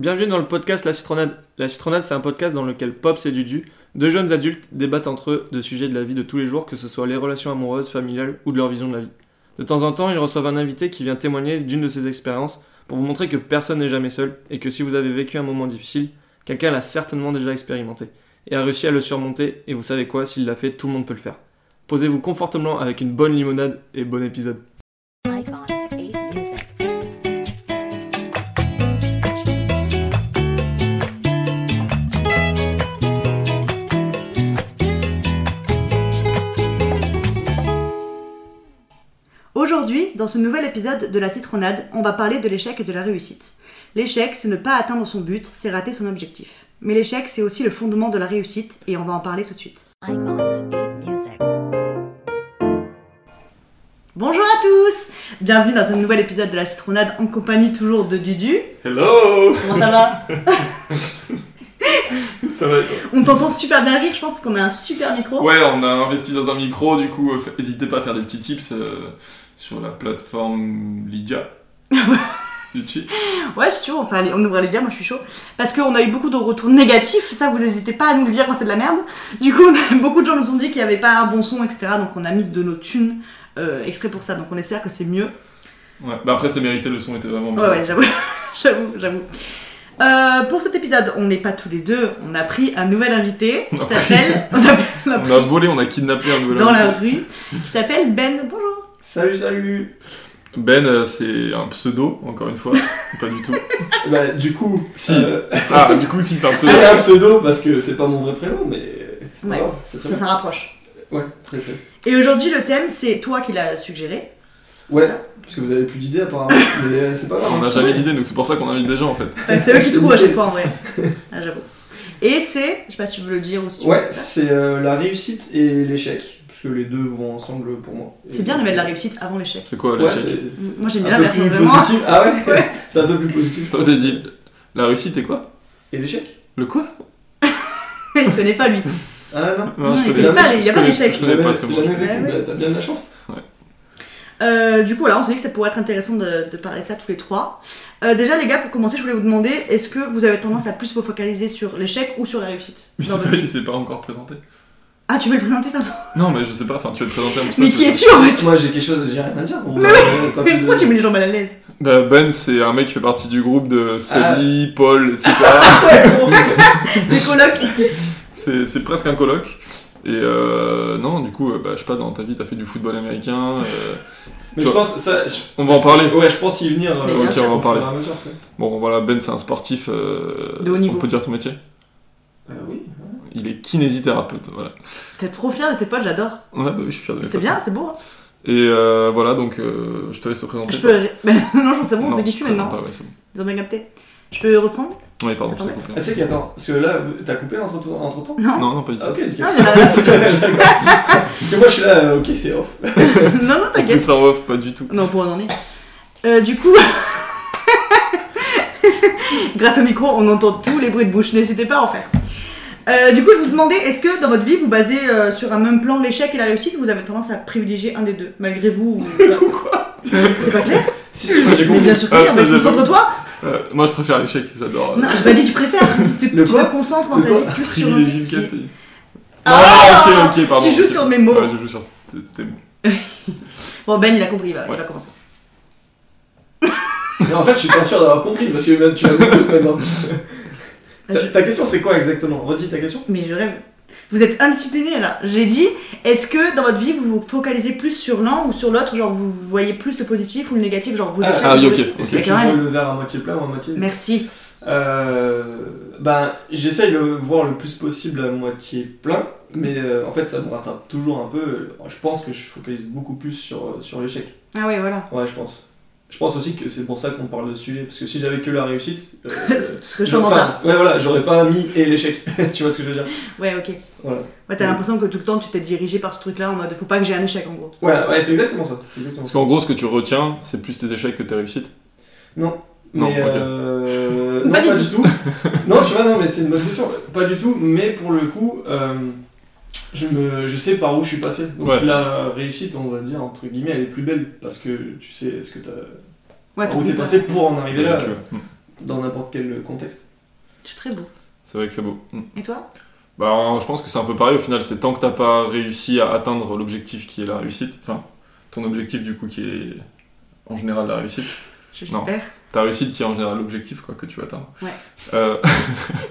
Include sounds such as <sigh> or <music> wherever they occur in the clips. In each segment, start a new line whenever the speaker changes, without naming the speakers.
Bienvenue dans le podcast La Citronade. La Citronade, c'est un podcast dans lequel Pops et Dudu, deux jeunes adultes, débattent entre eux de sujets de la vie de tous les jours, que ce soit les relations amoureuses, familiales ou de leur vision de la vie. De temps en temps, ils reçoivent un invité qui vient témoigner d'une de ses expériences pour vous montrer que personne n'est jamais seul et que si vous avez vécu un moment difficile, quelqu'un l'a certainement déjà expérimenté et a réussi à le surmonter et vous savez quoi, s'il l'a fait, tout le monde peut le faire. Posez-vous confortablement avec une bonne limonade et bon épisode.
Icons 8 Music.
Aujourd'hui, dans ce nouvel épisode de la citronade, on va parler de l'échec et de la réussite. L'échec, c'est ne pas atteindre son but, c'est rater son objectif. Mais l'échec, c'est aussi le fondement de la réussite, et on va en parler tout de suite.
Icons 8 Music.
Bonjour à tous Bienvenue dans ce nouvel épisode de la citronade en compagnie toujours de Dudu.
Hello <laughs>
Comment ça va
Ça va et toi
<laughs> On t'entend super bien rire, je pense qu'on a un super micro.
Ouais, on a investi dans un micro, du coup, euh, n'hésitez pas à faire des petits tips euh, sur la plateforme
<laughs>
Lydia. Litchi.
Ouais, si tu veux, on, peut aller- on ouvre les dire, moi je suis chaud. Parce qu'on a eu beaucoup de retours négatifs, ça vous n'hésitez pas à nous le dire quand c'est de la merde. Du coup, on a- <laughs> beaucoup de gens nous ont dit qu'il n'y avait pas un bon son, etc. Donc on a mis de nos thunes euh, exprès pour ça, donc on espère que c'est mieux.
Ouais, bah après c'était mérité, le son était vraiment
Ouais, ouais, j'avoue, <laughs> j'avoue, j'avoue. Euh, pour cet épisode, on n'est pas tous les deux, on a pris un nouvel invité qui
On a
<laughs>
s'appelle. On a, on a
On a volé, on a kidnappé un nouvel
pris dans la
invité.
rue, qui s'appelle Ben. Bonjour.
Salut, salut
Ben, euh, c'est un pseudo,
<laughs>
encore une fois. pas du tout.
Bah, du coup,
Si.
euh,
Ah, du coup, si, c'est un pseudo.
c'est un pseudo parce que c'est pas mon vrai prénom, mais euh, c'est
Ouais.
pas grave, c'est très
Ça
bien.
s'en rapproche.
Ouais, très très.
Et aujourd'hui, le thème, c'est toi qui l'as suggéré.
Ouais, parce que vous avez plus d'idées apparemment, mais euh, c'est pas grave.
On n'a jamais d'idée, donc c'est pour ça qu'on invite des gens en fait.
Enfin, c'est eux qui trouvent à chaque fois en
<laughs>
vrai. Ah, j'avoue. Et c'est, je sais pas si tu veux le dire ou si tu veux
Ouais,
le dire.
c'est euh, la réussite et l'échec, parce que les deux vont ensemble pour moi.
C'est bien de mettre la réussite avant l'échec.
C'est quoi
Ouais,
l'échec
c'est
Moi j'aime bien
un
la
peu
version
plus
vraiment. <laughs>
positif. Ah ouais, C'est un peu plus positif. je
Putain, vous
pense.
avez dit la réussite et quoi
Et l'échec
Le quoi
Il connaît pas lui.
Ah non.
Non, il
connaît
pas, il y a
je
pas
connais-
d'échec.
Je connais pas ce mot.
Jamais vécu,
Ouais, ouais.
bah, t'as bien de la chance.
Euh, du coup, là, on s'est dit que ça pourrait être intéressant de, de parler de ça tous les trois. Euh, déjà, les gars, pour commencer, je voulais vous demander est-ce que vous avez tendance à plus vous focaliser sur l'échec ou sur la réussite
Mais
dans
c'est
votre
pas-
vie
il s'est pas encore présenté.
Ah, tu veux le présenter, pardon
Non, mais je sais pas, enfin, tu veux te présenter un petit peu.
Mais
tu
qui
veux-
es-tu en fait
Moi j'ai quelque chose, j'ai rien à dire. gros.
Ah Mais
Euh, pas
Mais
plus de-
pourquoi tu mets les gens mal à l'aise
Bah, ben, c'est un mec qui fait partie du groupe de
Ah.
Sony, Paul, etc.
<laughs>
<laughs>
Les colocs
c'est c'est presque un colloque. Et euh, non, du coup, euh, bah, je sais pas, dans ta vie, t'as fait du football américain. euh,
Mais je pense ça. je-
on va en parler.
Ouais, je pense y venir. euh,
Mais
au
bien
fur
sûr.
et à
On va en parler.
mesure, ça.
Bon, voilà, Ben, c'est un sportif. euh,
De haut niveau.
On peut dire ton métier
Euh, oui.
Il est kinésithérapeute, voilà.
T'es trop fier de tes potes, j'adore.
Ouais, bah oui, je suis fier de mes
C'est
potes.
bien, c'est beau. hein.
Et euh, voilà, donc, euh, je te laisse te présenter.
Je peux. <laughs> Ben, non, c'est bon,
Non,
on s'est
tu
dit
te
maintenant.
présentes pas, ouais, c'est
Ils ont bien capté. Je peux reprendre
bon. Oui, pardon, je t'ai
Attends.
coupé.
Ah, tu sais qu'attends, parce que là, vous- t'as coupé entre, entre temps
Non
Non, non, pas du tout.
Ah, ok,
Non,
nickel.
il y en a- <laughs>
D'accord. Parce que moi, je suis là, euh, ok, c'est off.
bah, non, non,
On fait
t'inquiète.
ça en off, pas du tout.
Non, pour en est. Euh, du coup, <laughs> grâce au micro, on entend tous les bruits de bouche. N'hésitez pas à en faire. Euh, du coup, je vous demandais, est-ce que dans votre vie, vous basez euh, sur un même plan l'échec et la réussite, ou vous avez tendance à privilégier un des deux, malgré vous ou... <laughs> Quoi C'est pas clair
Si, si,
<laughs>
moi, j'ai
Mais
compris.
bien sûr que oui,
Ah,
mais tu te
j'avoue.
concentres toi
Euh, moi, je préfère l'échec, j'adore. euh,
Non, je pas dit tu préfères, tu, tu
Le quoi
te concentres dans
Le
ta
quoi
vie plus sur...
Privilégie le café.
Ah
Ah, ok, ok, pardon.
Tu joues
ok.
sur mes mots.
Ouais, je joue sur tes tes mots.
Bon, Ben, il a compris, il va, il
Ouais.
va commencer.
Mais en fait, je suis pas sûr d'avoir compris, parce que même tu as compris maintenant.
Ah,
Ta,
je-
ta question, c'est quoi exactement Redis ta question.
Mais je rêve. Vous êtes indiscipliné là. J'ai dit, est-ce que dans votre vie vous vous focalisez plus sur l'un ou sur l'autre Genre vous voyez plus le positif ou le négatif Genre vous
Ah,
êtes
ah, oui, ok.
Est-ce
Mais
que tu
quand
vois
même.
le verre à moitié plein ou à moitié vide
Merci.
Euh, Ben, j'essaye de le voir le plus possible à moitié plein, mais euh, en fait, ça me rattrape toujours un peu. Je pense que je focalise beaucoup plus sur, euh, sur l'échec.
Ah ouais, voilà.
Ouais, je pense. Je pense aussi que c'est pour ça qu'on parle de ce sujet, parce que si j'avais que la réussite,
<laughs>
euh,
Parce que je t'en
enfin,
mentais.
ouais voilà, j'aurais pas mis et l'échec. <laughs> tu vois ce que je veux dire
Ouais, ok.
Voilà.
Ouais, t'as
Oui.
l'impression que tout le temps tu t'es dirigé par ce truc là en mode faut pas que j'ai un échec en gros.
Ouais, ouais, c'est exactement ça. C'est exactement
Parce
ça.
qu'en gros, ce que tu retiens, c'est plus tes échecs que tes réussites.
Non.
Non,
mais
ok.
<laughs> euh, non,
Pas
pas,
du
du tout. non, tu vois, non, mais c'est une bonne question. Pas du tout, mais pour le coup, euh, je, me, je sais par où je suis passé. Donc
Ouais.
la réussite, on va dire, entre guillemets, elle est plus belle, parce que tu sais ce que t'as.
Ouais,
par où Ah, t'es
compris.
passé pour en arriver là.
Donc, euh,
dans n'importe quel contexte.
C'est très beau.
C'est vrai que c'est beau. Mm.
Et toi
Bah, en- je pense que c'est un peu pareil au final, c'est tant que t'as pas réussi à atteindre l'objectif qui est la réussite, enfin, ton objectif du coup qui est en général la réussite, Non.
J'espère.
ta réussite qui est en général l'objectif quoi que tu veux atteindre.
Ouais.
Euh,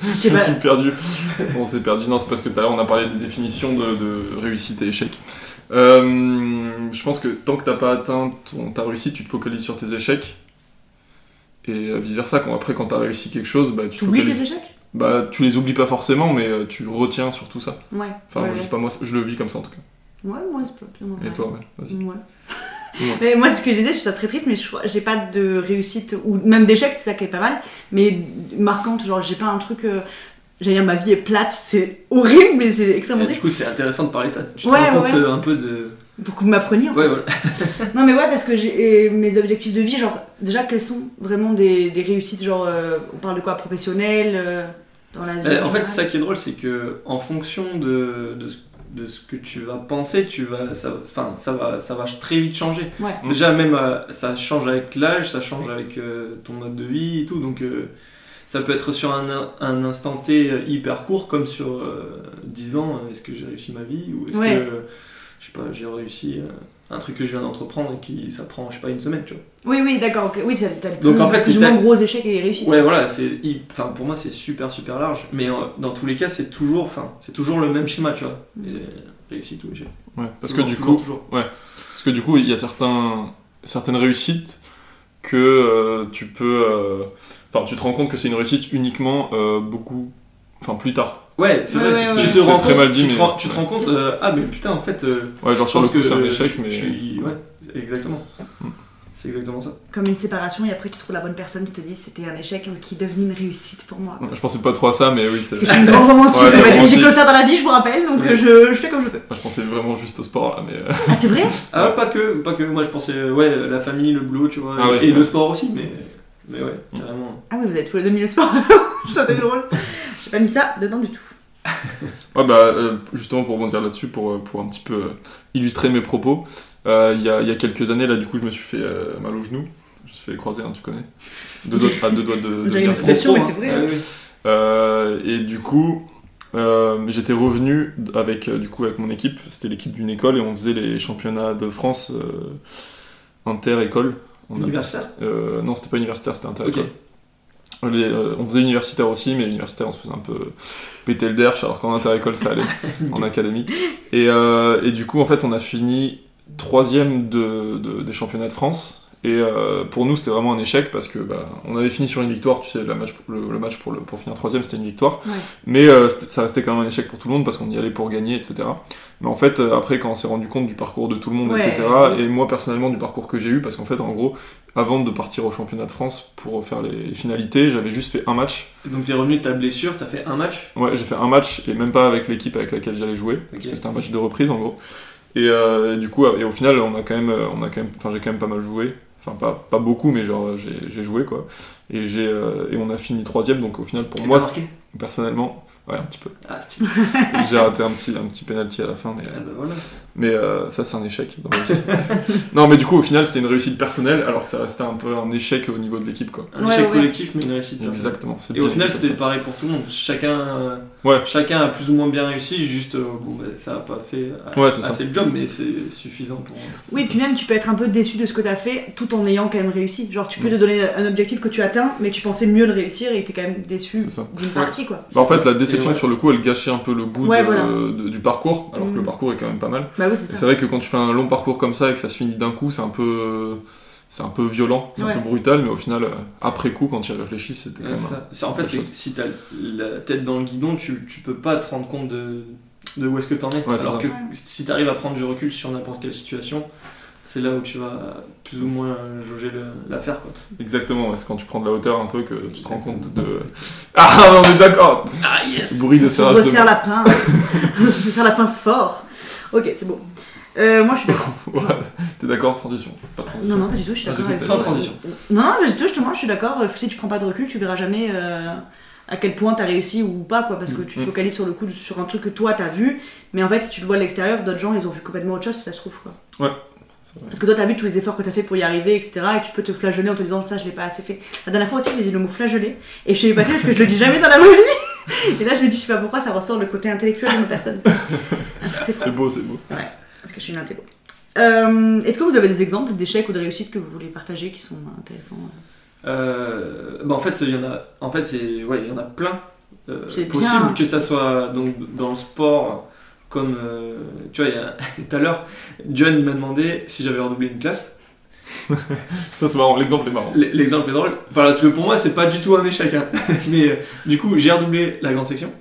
Je sais
<laughs> je me
pas.
suis perdu. <laughs> On s'est perdu. Non, c'est parce que tout à l'heure on a parlé des définitions de, de réussite et échec. Euh, je pense que tant que t'as pas atteint ton, ta réussite, tu te focalises sur tes échecs. Et vice versa, quand après quand t'as réussi quelque chose, bah tu te
T'oublies
focalises.
tes échecs
Bah tu les oublies pas forcément, mais euh, tu retiens surtout ça.
Ouais.
Enfin,
ouais,
moi, je sais pas, moi, je le vis comme ça en tout cas.
ouais, moi, c'est pas plus
Et toi, ouais, vas-y.
Ouais. Mm.
Ouais.
Mais moi, ce que je disais, je suis très triste, mais je crois- j'ai pas de réussite, ou même d'échec, c'est ça qui est pas mal, mais marquante. Genre, j'ai pas un truc. euh, J'allais dire, ma vie est plate, c'est horrible, mais c'est extrêmement
Et du
triste.
coup, c'est intéressant de parler de ça. Tu te
Ouais,
rends
ouais,
compte
ouais.
euh, un peu de.
Pour que vous m'appreniez, en fait.
Ouais, voilà.
Non, mais ouais, parce que j'ai et mes objectifs de vie, genre, déjà, quels sont vraiment des, des réussites Genre, euh, on parle de quoi Professionnel euh, Dans la vie
Euh, en fait, c'est ça qui est drôle, c'est que en fonction de, de, ce, de ce que tu vas penser, tu vas, ça, enfin, ça va, ça va très vite changer.
Ouais.
Déjà, même euh, ça change avec l'âge, ça change avec euh, ton mode de vie et tout, donc euh, ça peut être sur un, un instant T euh, hyper court, comme sur euh, 10 ans. euh, Est-ce que j'ai réussi ma vie ou est-ce
Ouais.
que, euh, je sais pas, j'ai réussi euh, un truc que je viens d'entreprendre et qui ça prend, je sais pas, une semaine, tu vois.
Oui, oui, d'accord, ok. oui, t'as t'as le
Donc,
plus-
en fait,
plus
c'est
ou moins
ta-
gros échec et réussite.
Ouais, voilà, c'est hy- enfin pour moi c'est super super large, mais euh, dans tous les cas c'est toujours enfin c'est toujours le même schéma, tu vois.
Mm.
Et, euh, réussite ou échec.
Ouais, parce que
Toujours,
du
toujours,
coup,
toujours.
Parce que du coup, il y a certains, certaines réussites que euh, tu peux. euh, Enfin, tu te rends compte que c'est une réussite uniquement euh, beaucoup. Enfin, plus tard.
Ouais, c'est
Ouais,
vrai.
ouais, ouais.
Tu te
C'est
rends
très
compte,
mal dit,
tu, te
mais-
rends, tu te
ouais.
rends compte euh, ah mais putain en fait euh,
Ouais, genre
je
sur
pense
le coup,
que
c'est un
euh,
échec,
je-
mais.
je suis- ouais, c'est exactement.
Mm.
C'est exactement ça.
Comme une séparation, et après, tu trouves la bonne personne qui te dit c'était un échec mais qui est devenu une réussite pour moi.
Ouais, Je pensais pas trop à ça, mais oui,
Parce
c'est.
que je suis une grande romantique,
Ouais, t'es
ouais, j'ai
romantique.
que ça dans la vie, je vous rappelle, donc
Ouais.
euh, je, je fais comme je peux.
Moi, <laughs> je pensais vraiment juste au sport là, mais. euh,
Ah, c'est vrai
Ah pas que pas que moi je pensais euh, ouais la famille, le boulot, tu vois
Ah ouais,
et
ouais.
le sport aussi mais mais ouais,
Mm.
carrément.
Ah, oui, vous êtes tous les deux mis le sport. <laughs> ça fait drôle. J'ai pas mis ça dedans du tout.
Ouais, bah, euh, justement, pour rebondir là-dessus, pour, euh, pour un petit peu euh, illustrer mes propos, euh, il y, a, il y a quelques années, là, du coup, je me suis fait euh, mal au genou. Je me suis fait croiser, hein, tu connais. Deux doigts, à deux doigts de. de
J'ai une
gaz.
expression. Attention, mais
Pro,
c'est
hein.
vrai, hein.
Ah, oui, oui.
Euh, et du coup, euh, j'étais revenu d- avec, euh, du coup, avec mon équipe. C'était l'équipe d'une école et on faisait les championnats de France euh, inter-école. On appelle-
Universitaire.
euh, Non, c'était pas universitaire, c'était inter
OK.
Les, euh, on faisait universitaire aussi, mais universitaire, on se faisait un peu péter le derche, alors qu'en inter-école,
<laughs>
ça allait, en académie. Et, euh, et du coup, en fait, on a fini troisième de, de- des championnats de France. Et euh, pour nous, c'était vraiment un échec parce que bah, on avait fini sur une victoire. Tu sais, la match- le, le match pour, le, pour finir troisième, c'était une victoire.
Ouais.
Mais euh, c'était- ça restait quand même un échec pour tout le monde parce qu'on y allait pour gagner, etc. Mais en fait, euh, après, quand on s'est rendu compte du parcours de tout le monde,
Ouais.
etc., et moi personnellement du parcours que j'ai eu, parce qu'en fait, en gros, avant de partir au championnat de France pour faire les finalités, j'avais juste fait un match.
Donc t'es revenu de ta blessure, t'as fait un match.
Ouais, j'ai fait un match et même pas avec l'équipe avec laquelle j'allais jouer. Parce
Ok.
que c'était un match de reprise en gros. Et euh, du coup, et au final, on a quand même, on a quand même, enfin, j'ai quand même pas mal joué. Enfin, pas, pas beaucoup, mais genre, j'ai j'ai joué quoi. Et j'ai, euh, et on a fini troisième. Donc au final, pour
Et
moi,
t'as marqué
c'est- personnellement, ouais, un petit peu. <laughs>
Ah, stylé.
Et J'ai raté un petit, un petit penalty à la fin, mais,
Ah, bah voilà.
mais euh, ça, c'est un échec. dans la
<laughs>
réussite. non, mais du coup, au final, c'était une réussite personnelle, alors que ça restait un peu un échec au niveau de l'équipe quoi.
Un
Ouais,
échec
ouais.
collectif, mais une réussite personnelle.
Exactement. c'est
Et au
bien
final,
dit comme
c'était
ça.
pareil pour tout le monde. Chacun, euh,
Ouais.
chacun a plus ou moins bien réussi. Juste, euh, bon, bah, ça a pas fait euh,
Ouais, c'est ça.
assez le job, mais c'est suffisant pour.
C'est
Oui,
ça.
puis même, tu peux être un peu déçu de ce que t'as fait tout en ayant quand même réussi. Genre, tu peux
Mm.
te donner un objectif que tu atteins, mais tu pensais mieux le réussir et t'es quand même déçu
C'est ça.
d'une partie, quoi.
Bah, en
C'est
fait,
ça.
la déception
Et ouais.
sur le coup, elle gâchait un peu le goût
Ouais,
de-
voilà.
de- du parcours, alors que
Mm.
le parcours est quand même pas mal.
Bah oui, c'est
Et
ça.
C'est vrai que quand tu fais un long parcours comme ça et que ça se finit d'un coup, c'est un peu, c'est un peu violent, c'est
Ouais.
un peu brutal, mais au final, euh, après coup, quand tu y réfléchis, c'était quand
Ouais,
même.
c'est
un-
ça. C'est- en fait,
autre
c'est
chose.
que si t'as la tête dans le guidon, tu, tu peux pas te rendre compte de, de où est-ce que t'en es.
Ouais, c'est
Alors
ça.
que si t'arrives à prendre du recul sur n'importe quelle situation, c'est là où tu vas plus ou moins euh, jauger le- l'affaire. quoi.
Exactement, ouais, c'est quand tu prends de la hauteur un peu que tu te rends compte de. <laughs> Ah, on est d'accord
Ah yes
Bruit de
On
serrage de <laughs>
resserre la pince. On resserre la pince fort. Ok, c'est bon. Euh, moi, je suis
<laughs> Ouais, T'es d'accord, transition Pas transition.
Non, non, pas du tout, je suis
Ah,
d'accord
j'ai
avec
fait
toi.
sans transition.
Non, non, pas du tout, justement, je suis d'accord. euh, Si tu prends pas de recul, tu verras jamais euh, à quel point t'as réussi ou pas, quoi, parce que tu te
Mhm.
focalises sur le coup, sur un truc que toi t'as vu, mais en fait, si tu le vois de l'extérieur, d'autres gens ils ont vu complètement autre chose, si ça se trouve, quoi.
c'est vrai.
Parce que toi, t'as vu tous les efforts que t'as fait pour y arriver, etc. Et tu peux te flageller en te disant ça, je l'ai pas assez fait. La dernière fois aussi, j'ai dit le mot flageller et je suis ébattée parce que je le dis jamais dans la vraie vie. Et là, je me dis, je sais pas pourquoi, ça ressort le côté intellectuel de ma personne. Ah, C'est ça,
C'est beau, c'est beau.
parce que je suis une intello. Euh, Est-ce que vous avez des exemples d'échecs ou de réussites que vous voulez partager qui sont intéressants euh?
Euh, bah en fait, il y en a, en fait, c'est, ouais, il y en a plein euh,
C'est
possible
bien.
que ça soit donc dans le sport, comme euh, tu vois, il y
<laughs>
a- tout à l'heure, Johan il m'a demandé si j'avais redoublé une classe.
Ça, c'est marrant, l'exemple est marrant.
L- L'exemple est drôle, Enfin, parce que pour moi, c'est pas du tout un échec, hein. <laughs> mais euh, du coup, j'ai redoublé la grande section,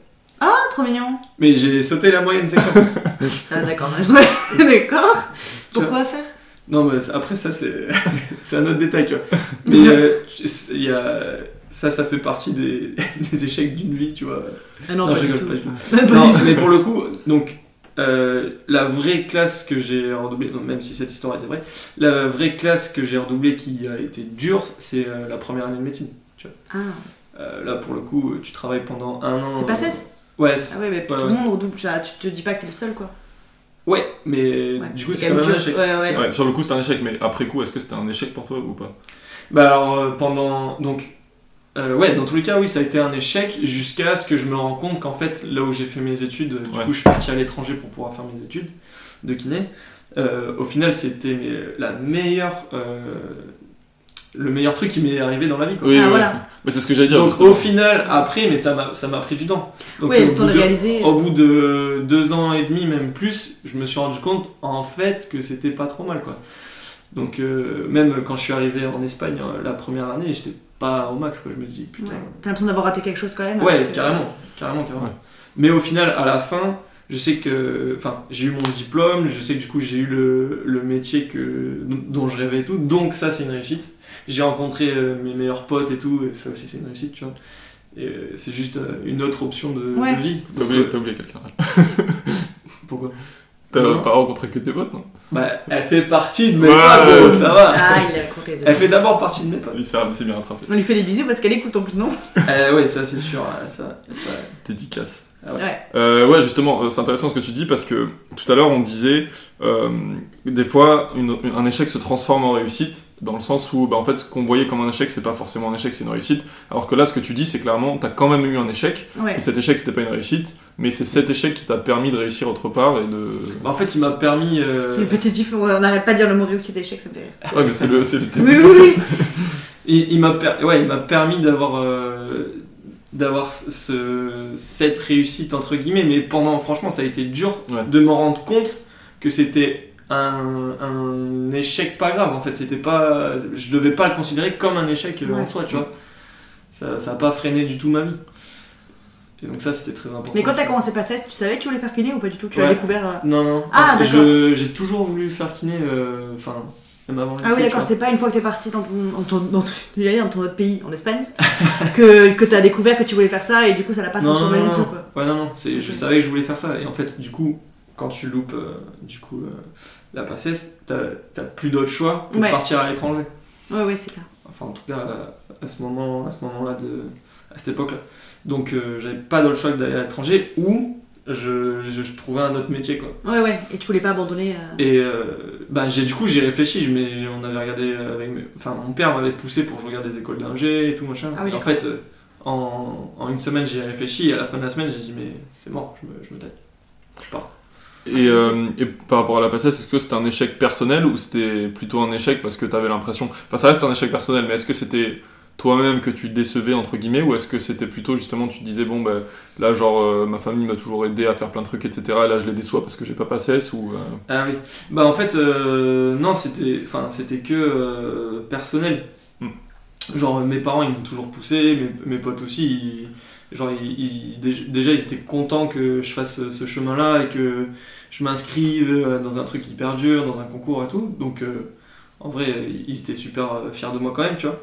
Ah, trop mignon
mais j'ai sauté la moyenne section.
Ah, D'accord, <laughs> je- d'accord. Pourquoi faire
Non, mais ça- après, ça, c'est <laughs> c'est un autre détail, tu vois.
Mhm.
Mais euh, c'est- il y a, ça, ça fait partie des, <laughs> des échecs d'une vie, tu vois.
Ah non,
Non,
pas,
je
du
rigole,
tout.
pas du tout.
<laughs> Pas du
Non,
tout.
mais pour le coup, donc, euh, la vraie classe que j'ai redoublée, non, même si cette histoire était vraie, la vraie classe que j'ai redoublée qui a été dure, c'est euh, la première année de médecine.
Ah,
Euh, là, pour le coup, tu travailles pendant un an.
C'est pas
euh,
16?
Ouais, c'est-
ah ouais, mais
Pas-
tout le monde redouble, tu vois, tu te dis pas que t'es le seul quoi.
ouais, mais
Ouais,
du coup, c'est
quand même
un
dur.
échec.
Ouais, ouais.
Ouais, sur le coup, c'était un échec, mais après coup, est-ce que c'était un échec pour toi ou pas
Bah alors euh, pendant donc euh, ouais dans tous les cas oui ça a été un échec jusqu'à ce que je me rends compte qu'en fait là où j'ai fait mes études euh, du
Ouais.
coup je suis parti à l'étranger pour pouvoir faire mes études de kiné Euh, au final c'était mais, la meilleure euh, le meilleur truc qui m'est arrivé dans la vie quoi.
Oui,
Ah,
oui,
voilà.
oui. Mais c'est ce que j'allais dire.
donc
justement.
au final après mais ça m'a ça m'a pris du temps donc euh,
ouais,
au
le temps
bout
de
de-
réaliser.
au bout de deux ans et demi, même plus, je me suis rendu compte en fait que c'était pas trop mal quoi. Donc euh, même quand je suis arrivé en Espagne euh, la première année, j'étais pas au max quoi. Je me dis
Ouais.
putain.
T'as l'impression d'avoir raté quelque chose quand même.
oh. Ouais,
alors que-
carrément, carrément, carrément.
Ouais.
Mais au final, à la fin, je sais que, enfin, j'ai eu mon diplôme, je sais que du coup j'ai eu le, le métier que dont je rêvais et tout. Donc ça, c'est une réussite. J'ai rencontré euh, mes meilleurs potes et tout, et ça aussi c'est une réussite, tu vois. Et euh, c'est juste euh, une autre option de, de
Ouais.
vie.
T'as oublié, t'as oublié quelqu'un.
<laughs> Pourquoi
T'as
Non.
pas rencontré que tes potes, non
Bah, elle fait partie de mes
Ouais.
potes, donc euh, ça va.
Ah, il a compris.
Elle fait d'abord partie de mes potes.
Il s'est c'est bien rattrapé.
On lui fait des bisous parce qu'elle écoute en plus, non
Euh, ouais, ça c'est sûr. euh, Ça. ouais.
Dédicace.
Ah
Ouais.
Euh, ouais, justement, euh, c'est intéressant ce que tu dis parce que tout à l'heure on disait euh, des fois une- une- un échec se transforme en réussite dans le sens où bah, en fait ce qu'on voyait comme un échec c'est pas forcément un échec, c'est une réussite. Alors que là, ce que tu dis c'est clairement t'as quand même eu un échec
Ouais.
et
Euh.
cet échec c'était pas une réussite, mais c'est cet échec qui t'a permis de réussir autre part et
<laughs>
de.
Bah, en fait, il m'a permis.
C'est
euh,
une petite diff, on n'arrête pas de dire le mot réussite d'échec, ça me fait rire.
Ouais, mais c'est le, c'est le thème.
Oui, oui, oui.
il, il m'a per- ouais, il m'a permis d'avoir euh, d'avoir ce cette réussite entre guillemets. Mais pendant, franchement, ça a été dur
Ouais.
de me rendre compte que c'était un, un échec pas grave. En fait, c'était pas, je devais pas le considérer comme un échec euh, en
Ouais.
soi, tu vois. Ça, ça a pas freiné du tout ma vie. Et donc ça, c'était très important.
Mais quand t'as
tu vois.
commencé par 16, tu savais que tu voulais faire kiné ou pas du tout Tu
Ouais.
l'as découvert. euh,
Non, non.
Ah,
Parce que je- J'ai toujours voulu faire kiné, euh, enfin, même avant le
Ah
lycée,
oui,
tu
d'accord,
vois.
c'est pas une fois que t'es parti dans ton, dans ton, dans ton- <laughs> j'allais dire dans ton autre pays, en Espagne, que, que t'as découvert que tu voulais faire ça et du coup ça l'a pas
Non,
transformé
non,
non,
non.
plus quoi.
Ouais, non, non, c'est- je savais que je voulais faire ça. Et en fait, du coup, quand tu loupes euh, du coup, euh, la passesse, t'as t'as plus d'autre choix que
Ouais.
de partir à l'étranger.
Ouais, ouais, c'est clair.
Enfin, en tout cas, euh, à ce moment-là, à, ce moment -là de- à cette époque-là. Donc, euh, j'avais pas d'autre choix que d'aller à l'étranger ou je, je- je trouvais un autre métier, quoi.
Ouais, ouais, et tu voulais pas abandonner. euh,
Et euh, bah, j'ai du coup j'ai réfléchi, je m'ai- on avait regardé avec mes- enfin mon père m'avait poussé pour que je regarde des écoles d'ingé et tout machin.
Ah oui,
et en fait euh, en, en une semaine j'ai réfléchi et à la fin de la semaine j'ai dit mais c'est mort, je me, je me taille. Je pars.
Et, euh, et par rapport à la passesse, est-ce que c'était un échec personnel ou c'était plutôt un échec parce que t'avais l'impression. Enfin, ça reste un échec personnel, mais est-ce que c'était toi-même que tu décevais, entre guillemets, ou est-ce que c'était plutôt justement tu te disais, bon, ben là, genre, euh, ma famille m'a toujours aidé à faire plein de trucs, etc. Et là, je les déçois parce que j'ai pas passesse ou. euh,
Ah oui. Bah en fait euh, non c'était enfin c'était que euh, personnel.
Hmm.
Genre mes parents ils m'ont toujours poussé, mes, mes potes aussi. ils- genre ils- ils- dé- déjà ils étaient contents que je fasse ce- ce chemin là et que je m'inscrive euh, dans un truc hyper dur, dans un concours et tout. Donc euh, en vrai euh, ils étaient super euh, fiers de moi quand même tu vois.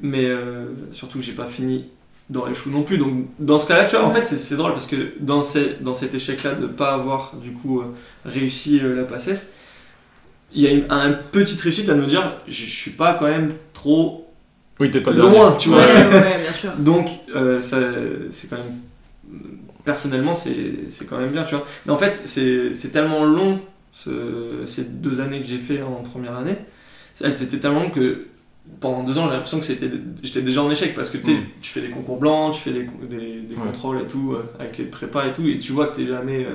Mais euh, surtout j'ai pas fini dans les choux non plus. Donc dans ce cas là tu vois en fait c'est- c'est drôle parce que dans, ces- dans cet échec là de pas avoir du coup... euh, réussi euh, la passesse, il y a une, un petite réussite à nous dire je, je suis pas quand même trop.
Oui, t'es pas
Loin,
dernier.
tu
Ouais,
vois.
ouais, ouais, bien
<laughs>
sûr.
Donc euh, ça c'est quand même personnellement c'est c'est quand même bien tu vois. Mais en fait c'est c'est tellement long
ce- ces deux années que j'ai fait en première année, elles étaient tellement longues que pendant deux ans, j'ai l'impression que c'était, j'étais déjà en échec parce que tu sais,
Mm.
tu fais des concours blancs, tu fais des, con- des, des
Ouais.
contrôles et tout, euh, avec les prépas et tout, et tu vois que t'es jamais, euh,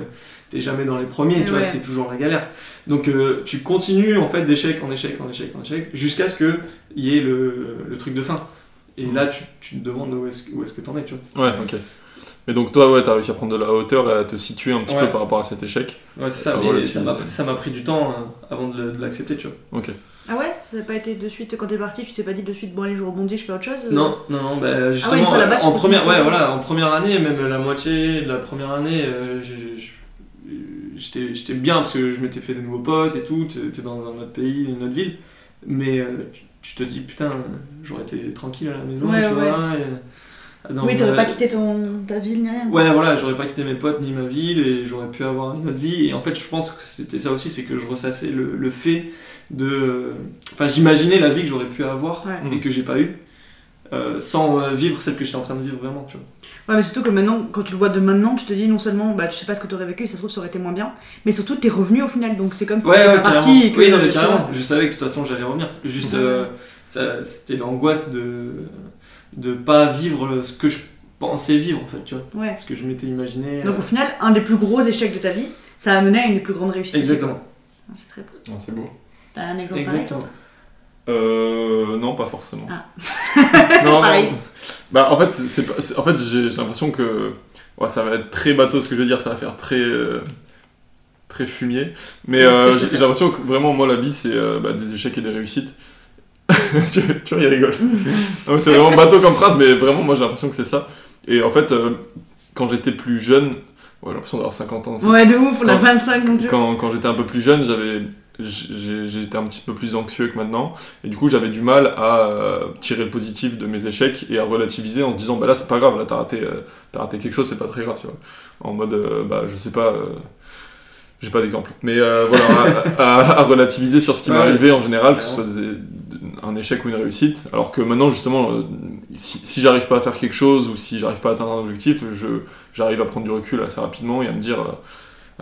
t'es jamais dans les premiers,
Et
tu
ouais.
vois, c'est toujours la galère. Donc euh, tu continues en fait d'échec en échec en échec en échec jusqu'à ce que y ait le, le truc de fin. Et
Mm.
là, tu, tu te demandes où est-ce, où est-ce que t'en es, tu vois.
Ouais, ok. Mais donc toi, ouais, t'as réussi à prendre de la hauteur et à te situer un petit
Ouais.
peu par rapport à cet échec.
Ouais, c'est ça,
Ah,
mais
voilà,
ça,
tu
m'a,
disais.
ça m'a pris du temps euh, avant de, le- de l'accepter, tu vois.
Ok.
Ah ouais Ça n'a pas été de suite, quand t'es parti, tu t'es pas dit de suite, bon allez, je rebondis, je fais autre chose euh
Non, non, non,
Ah
bah, justement,
fois
euh,
là-bas, tu
en,
peux
première,
continuer.
ouais, voilà, en première année, même la moitié de la première année, euh, j'ai- j'ai- j'ai- j'étais j'étais bien parce que je m'étais fait des nouveaux potes et tout, t'es t'es dans un autre pays, une autre ville, mais euh, tu, tu te dis, putain, j'aurais été tranquille à la maison,
Ouais,
tu
ouais.
vois. et, euh, dans
Oui,
ma-
t'aurais pas quitté ton, ta ville ni rien.
Ouais, voilà, j'aurais pas quitté mes potes ni ma ville et j'aurais pu avoir une autre vie. Et en fait, je pense que c'était ça aussi, c'est que je ressassais le, le fait de. Enfin, j'imaginais la vie que j'aurais pu avoir
Ouais.
et que j'ai pas eu sans euh, vivre celle que j'étais en train de vivre vraiment, tu vois.
Ouais, mais surtout que maintenant, quand tu le vois de maintenant, tu te dis non seulement bah tu sais pas ce que t'aurais vécu, ça se trouve ça aurait été moins bien, mais surtout t'es revenu au final, donc c'est comme si t'étais pas parti. et
carrément.
que-
Oui, non, mais
tu
carrément.
vois.
Je savais que de toute façon, j'allais revenir. Juste,
Mhm.
euh, ça- c'était l'angoisse de de pas vivre ce que je pensais vivre, en fait, tu vois.
Ouais.
Ce que je m'étais imaginé.
Donc
euh,
au final, un des plus gros échecs de ta vie, ça a mené à une des plus grandes réussites.
Exactement.
Ah, C'est très beau.
c'est beau.
T'as un exemple pareil
Exactement.
Euh, non, pas forcément.
Ah.
<laughs> non,
Pareil.
non. Bah, en fait, c'est, c'est pas- c'est- en fait j'ai, j'ai l'impression que ouais, ça va être très bateau ce que je veux dire, ça va faire très, euh, très fumier. Mais
Ouais, <laughs> c'est
euh,
ce que je
j'ai,
préfère.
j'ai l'impression que vraiment, moi, la vie, c'est euh, bah, des échecs et des réussites. <laughs> tu, tu vois, il
<laughs>
rigole. Non, mais c'est vraiment bateau comme phrase, mais vraiment, moi, j'ai l'impression que c'est ça. Et en fait, euh, quand j'étais plus jeune, ouais, j'ai l'impression d'avoir 50 ans. c'est
Ouais, de ouf, on a
Quand-
25 donc
quand, quand j'étais un peu plus jeune, j'avais j'ai- j'étais un petit peu plus anxieux que maintenant et du coup j'avais du mal à euh, tirer le positif de mes échecs et à relativiser en se disant bah là c'est pas grave là t'as raté euh, t'as raté quelque chose c'est pas très grave tu vois en mode euh, bah je sais pas euh, j'ai pas d'exemple mais euh, voilà à, à- à relativiser sur ce qui m'est
Ouais.
arrivé en général que ce soit des- un échec ou une réussite alors que maintenant justement euh, si, si j'arrive pas à faire quelque chose ou si j'arrive pas à atteindre un objectif je j'arrive à prendre du recul assez rapidement et à me dire euh,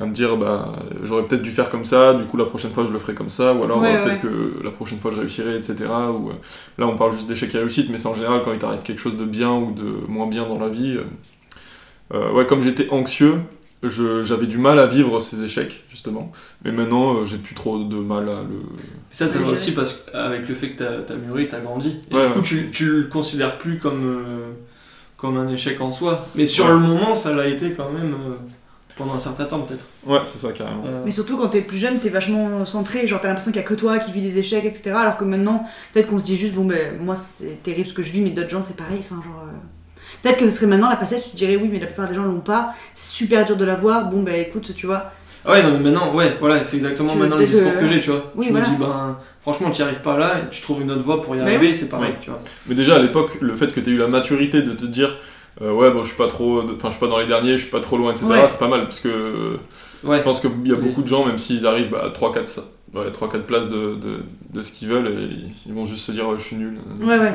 à me dire bah j'aurais peut-être dû faire comme ça du coup la prochaine fois je le ferai comme ça ou alors
Ouais,
euh,
ouais.
peut-être que la prochaine fois je réussirai etc ou euh, là on parle juste d'échec et réussite mais c'est en général quand il t'arrive quelque chose de bien ou de moins bien dans la vie euh, euh, ouais comme j'étais anxieux je- j'avais du mal à vivre ces échecs justement mais maintenant euh, j'ai plus trop de mal à le
Ça, ça
Ouais,
va
j'ai-
aussi parce qu'avec le fait que t'as t'as mûri, t'as grandi. Et
Ouais,
du coup,
ouais.
tu, tu le considères plus comme, euh, comme un échec en soi. Mais sur
Ouais.
le moment, ça l'a été quand même euh, pendant un certain temps, peut-être.
ouais c'est ça carrément
Euh,
Mais surtout quand t'es plus jeune, t'es vachement centré, genre t'as l'impression qu'il y a que toi qui vis des échecs, etc. Alors que maintenant, peut-être qu'on se dit juste, bon ben moi c'est terrible ce que je vis, mais d'autres gens c'est pareil, enfin genre. euh, Peut-être que ce serait maintenant la passage, tu te dirais oui, mais la plupart des gens l'ont pas, c'est super dur de l'avoir, bon ben écoute, tu vois.
ah ouais, non, mais maintenant, ouais, voilà, c'est exactement
Tu-
maintenant
dès
le
que-
discours que j'ai, tu vois.
Oui,
je
voilà.
me dis, ben, franchement, t'y arrives pas là, et tu trouves une autre voie pour y
Bah
arriver, c'est pareil,
Ouais.
tu vois.
Mais déjà à l'époque, le fait que tu eu la maturité de te dire euh, ouais bon je suis pas trop enfin je suis pas dans les derniers, je suis pas trop loin etc.
Ouais.
C'est pas mal parce que euh,
Ouais.
je pense qu'il y a
Oui.
beaucoup de gens même s'ils arrivent bah, à 3 4 ouais, 3 4 places de, de, de ce qu'ils veulent et ils- ils vont juste se dire ouais, je suis nul.
Ouais, ouais.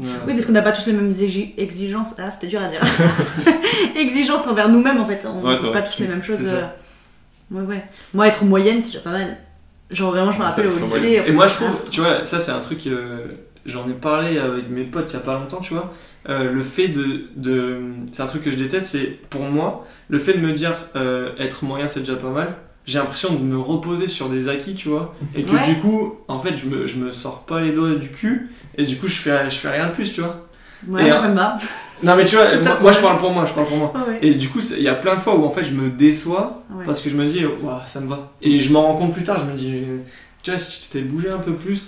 Euh,
Oui, parce qu'on n'a pas tous les mêmes exi- exigences. Ah, c'était dur à dire. <laughs> exigences envers nous-mêmes, en fait. On
Ouais,
ne
c'est
fait
vrai.
pas tous les mêmes choses.
C'est ça.
euh, Ouais, ouais. Moi, être moyenne, c'est déjà pas mal. Genre, vraiment, je me
Ouais,
rappelle
ça,
au
être
lycée.
moyenne.
Et moi je trouve, tu vois, ça c'est un truc, euh, j'en ai parlé avec mes potes il y a pas longtemps, tu vois, euh, le fait de, de c'est un truc que je déteste, c'est pour moi, le fait de me dire euh, être moyen c'est déjà pas mal, j'ai l'impression de me reposer sur des acquis, tu vois, et que
Ouais.
du coup, en fait, je me, je me sors pas les doigts du cul, et du coup, je fais, je fais rien de plus, tu
Ah,
vois.
Ouais,
Et
moi,
un-
ça me va.
Non mais tu vois,
C'est ça,
moi,
ouais.
moi, je parle pour moi, je parle pour moi.
Ouais, ouais.
Et du coup, c'est- il y a plein de fois où en fait je me déçois
Ouais.
parce que je me dis, Ouah, ça me va. Et je m'en rends compte plus tard, je me dis, tu vois, si tu t'étais bougé un peu plus,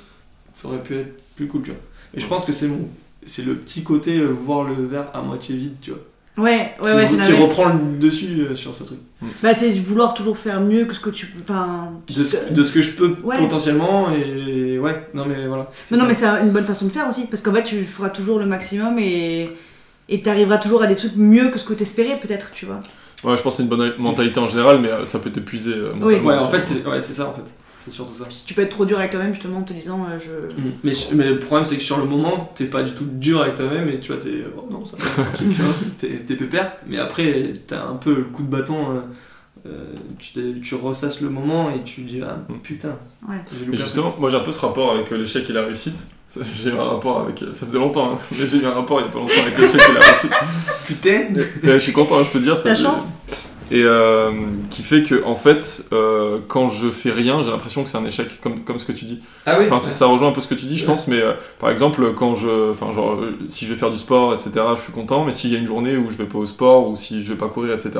ça aurait pu être plus cool, tu vois. Et je pense que c'est mon. C'est le petit côté euh, voir le verre à moitié vide, tu vois.
Ouais, ouais,
qui
ouais,
qui
c'est l'inverse.
reprend le dessus euh, sur ce truc.
Bah, c'est vouloir toujours faire mieux que ce que tu. Enfin. tu
De ce,
te-
de ce que je peux
Ouais.
potentiellement, et ouais, non mais voilà. c'est
Mais non,
ça.
mais c'est une bonne façon de faire aussi. Parce qu'en fait, tu feras toujours le maximum et. Et t'arriveras toujours à des trucs mieux que ce que t'espérais, peut-être, tu vois.
Ouais, je pense que c'est une bonne mentalité en général mais euh, ça peut t'épuiser euh,
Oui.
mentalement
Ouais, en
aussi.
fait, c'est ouais, c'est ça, en fait. C'est surtout ça.
Tu peux être trop dur avec toi-même, justement, en te disant, euh, je.
Mm. Mais, mais le problème, c'est que sur le moment, t'es pas du tout dur avec toi-même et tu vois, t'es. Oh non, ça va, tranquille, tu vois, t'es, t'es pépère. Mais après, t'as un peu le coup de bâton euh, euh, tu, t'es- tu ressasses le moment et tu dis ah
Mm.
putain,
Ouais.
j'ai
Et
loupé un truc.
justement, moi j'ai un peu ce rapport avec euh, l'échec et la réussite. Ça, <laughs> J'ai eu un rapport avec. euh, Ça faisait longtemps, hein, mais j'ai eu un rapport il y a pas longtemps avec l'échec et
<laughs>
la réussite.
Putain
Ouais, je suis content, hein, je peux dire ça.
La
j'ai-
chance.
Et euh, qui fait que, en fait, euh, quand je fais rien, j'ai l'impression que c'est un échec, comme, comme ce que tu dis.
Ah oui
Enfin, c'est- ça rejoint un peu ce que tu dis, je
Ouais.
pense, mais euh, par exemple, quand je. Enfin, genre, euh, si je vais faire du sport, etc., je suis content, mais s'il y a une journée où je vais pas au sport, ou si je vais pas courir, etc.,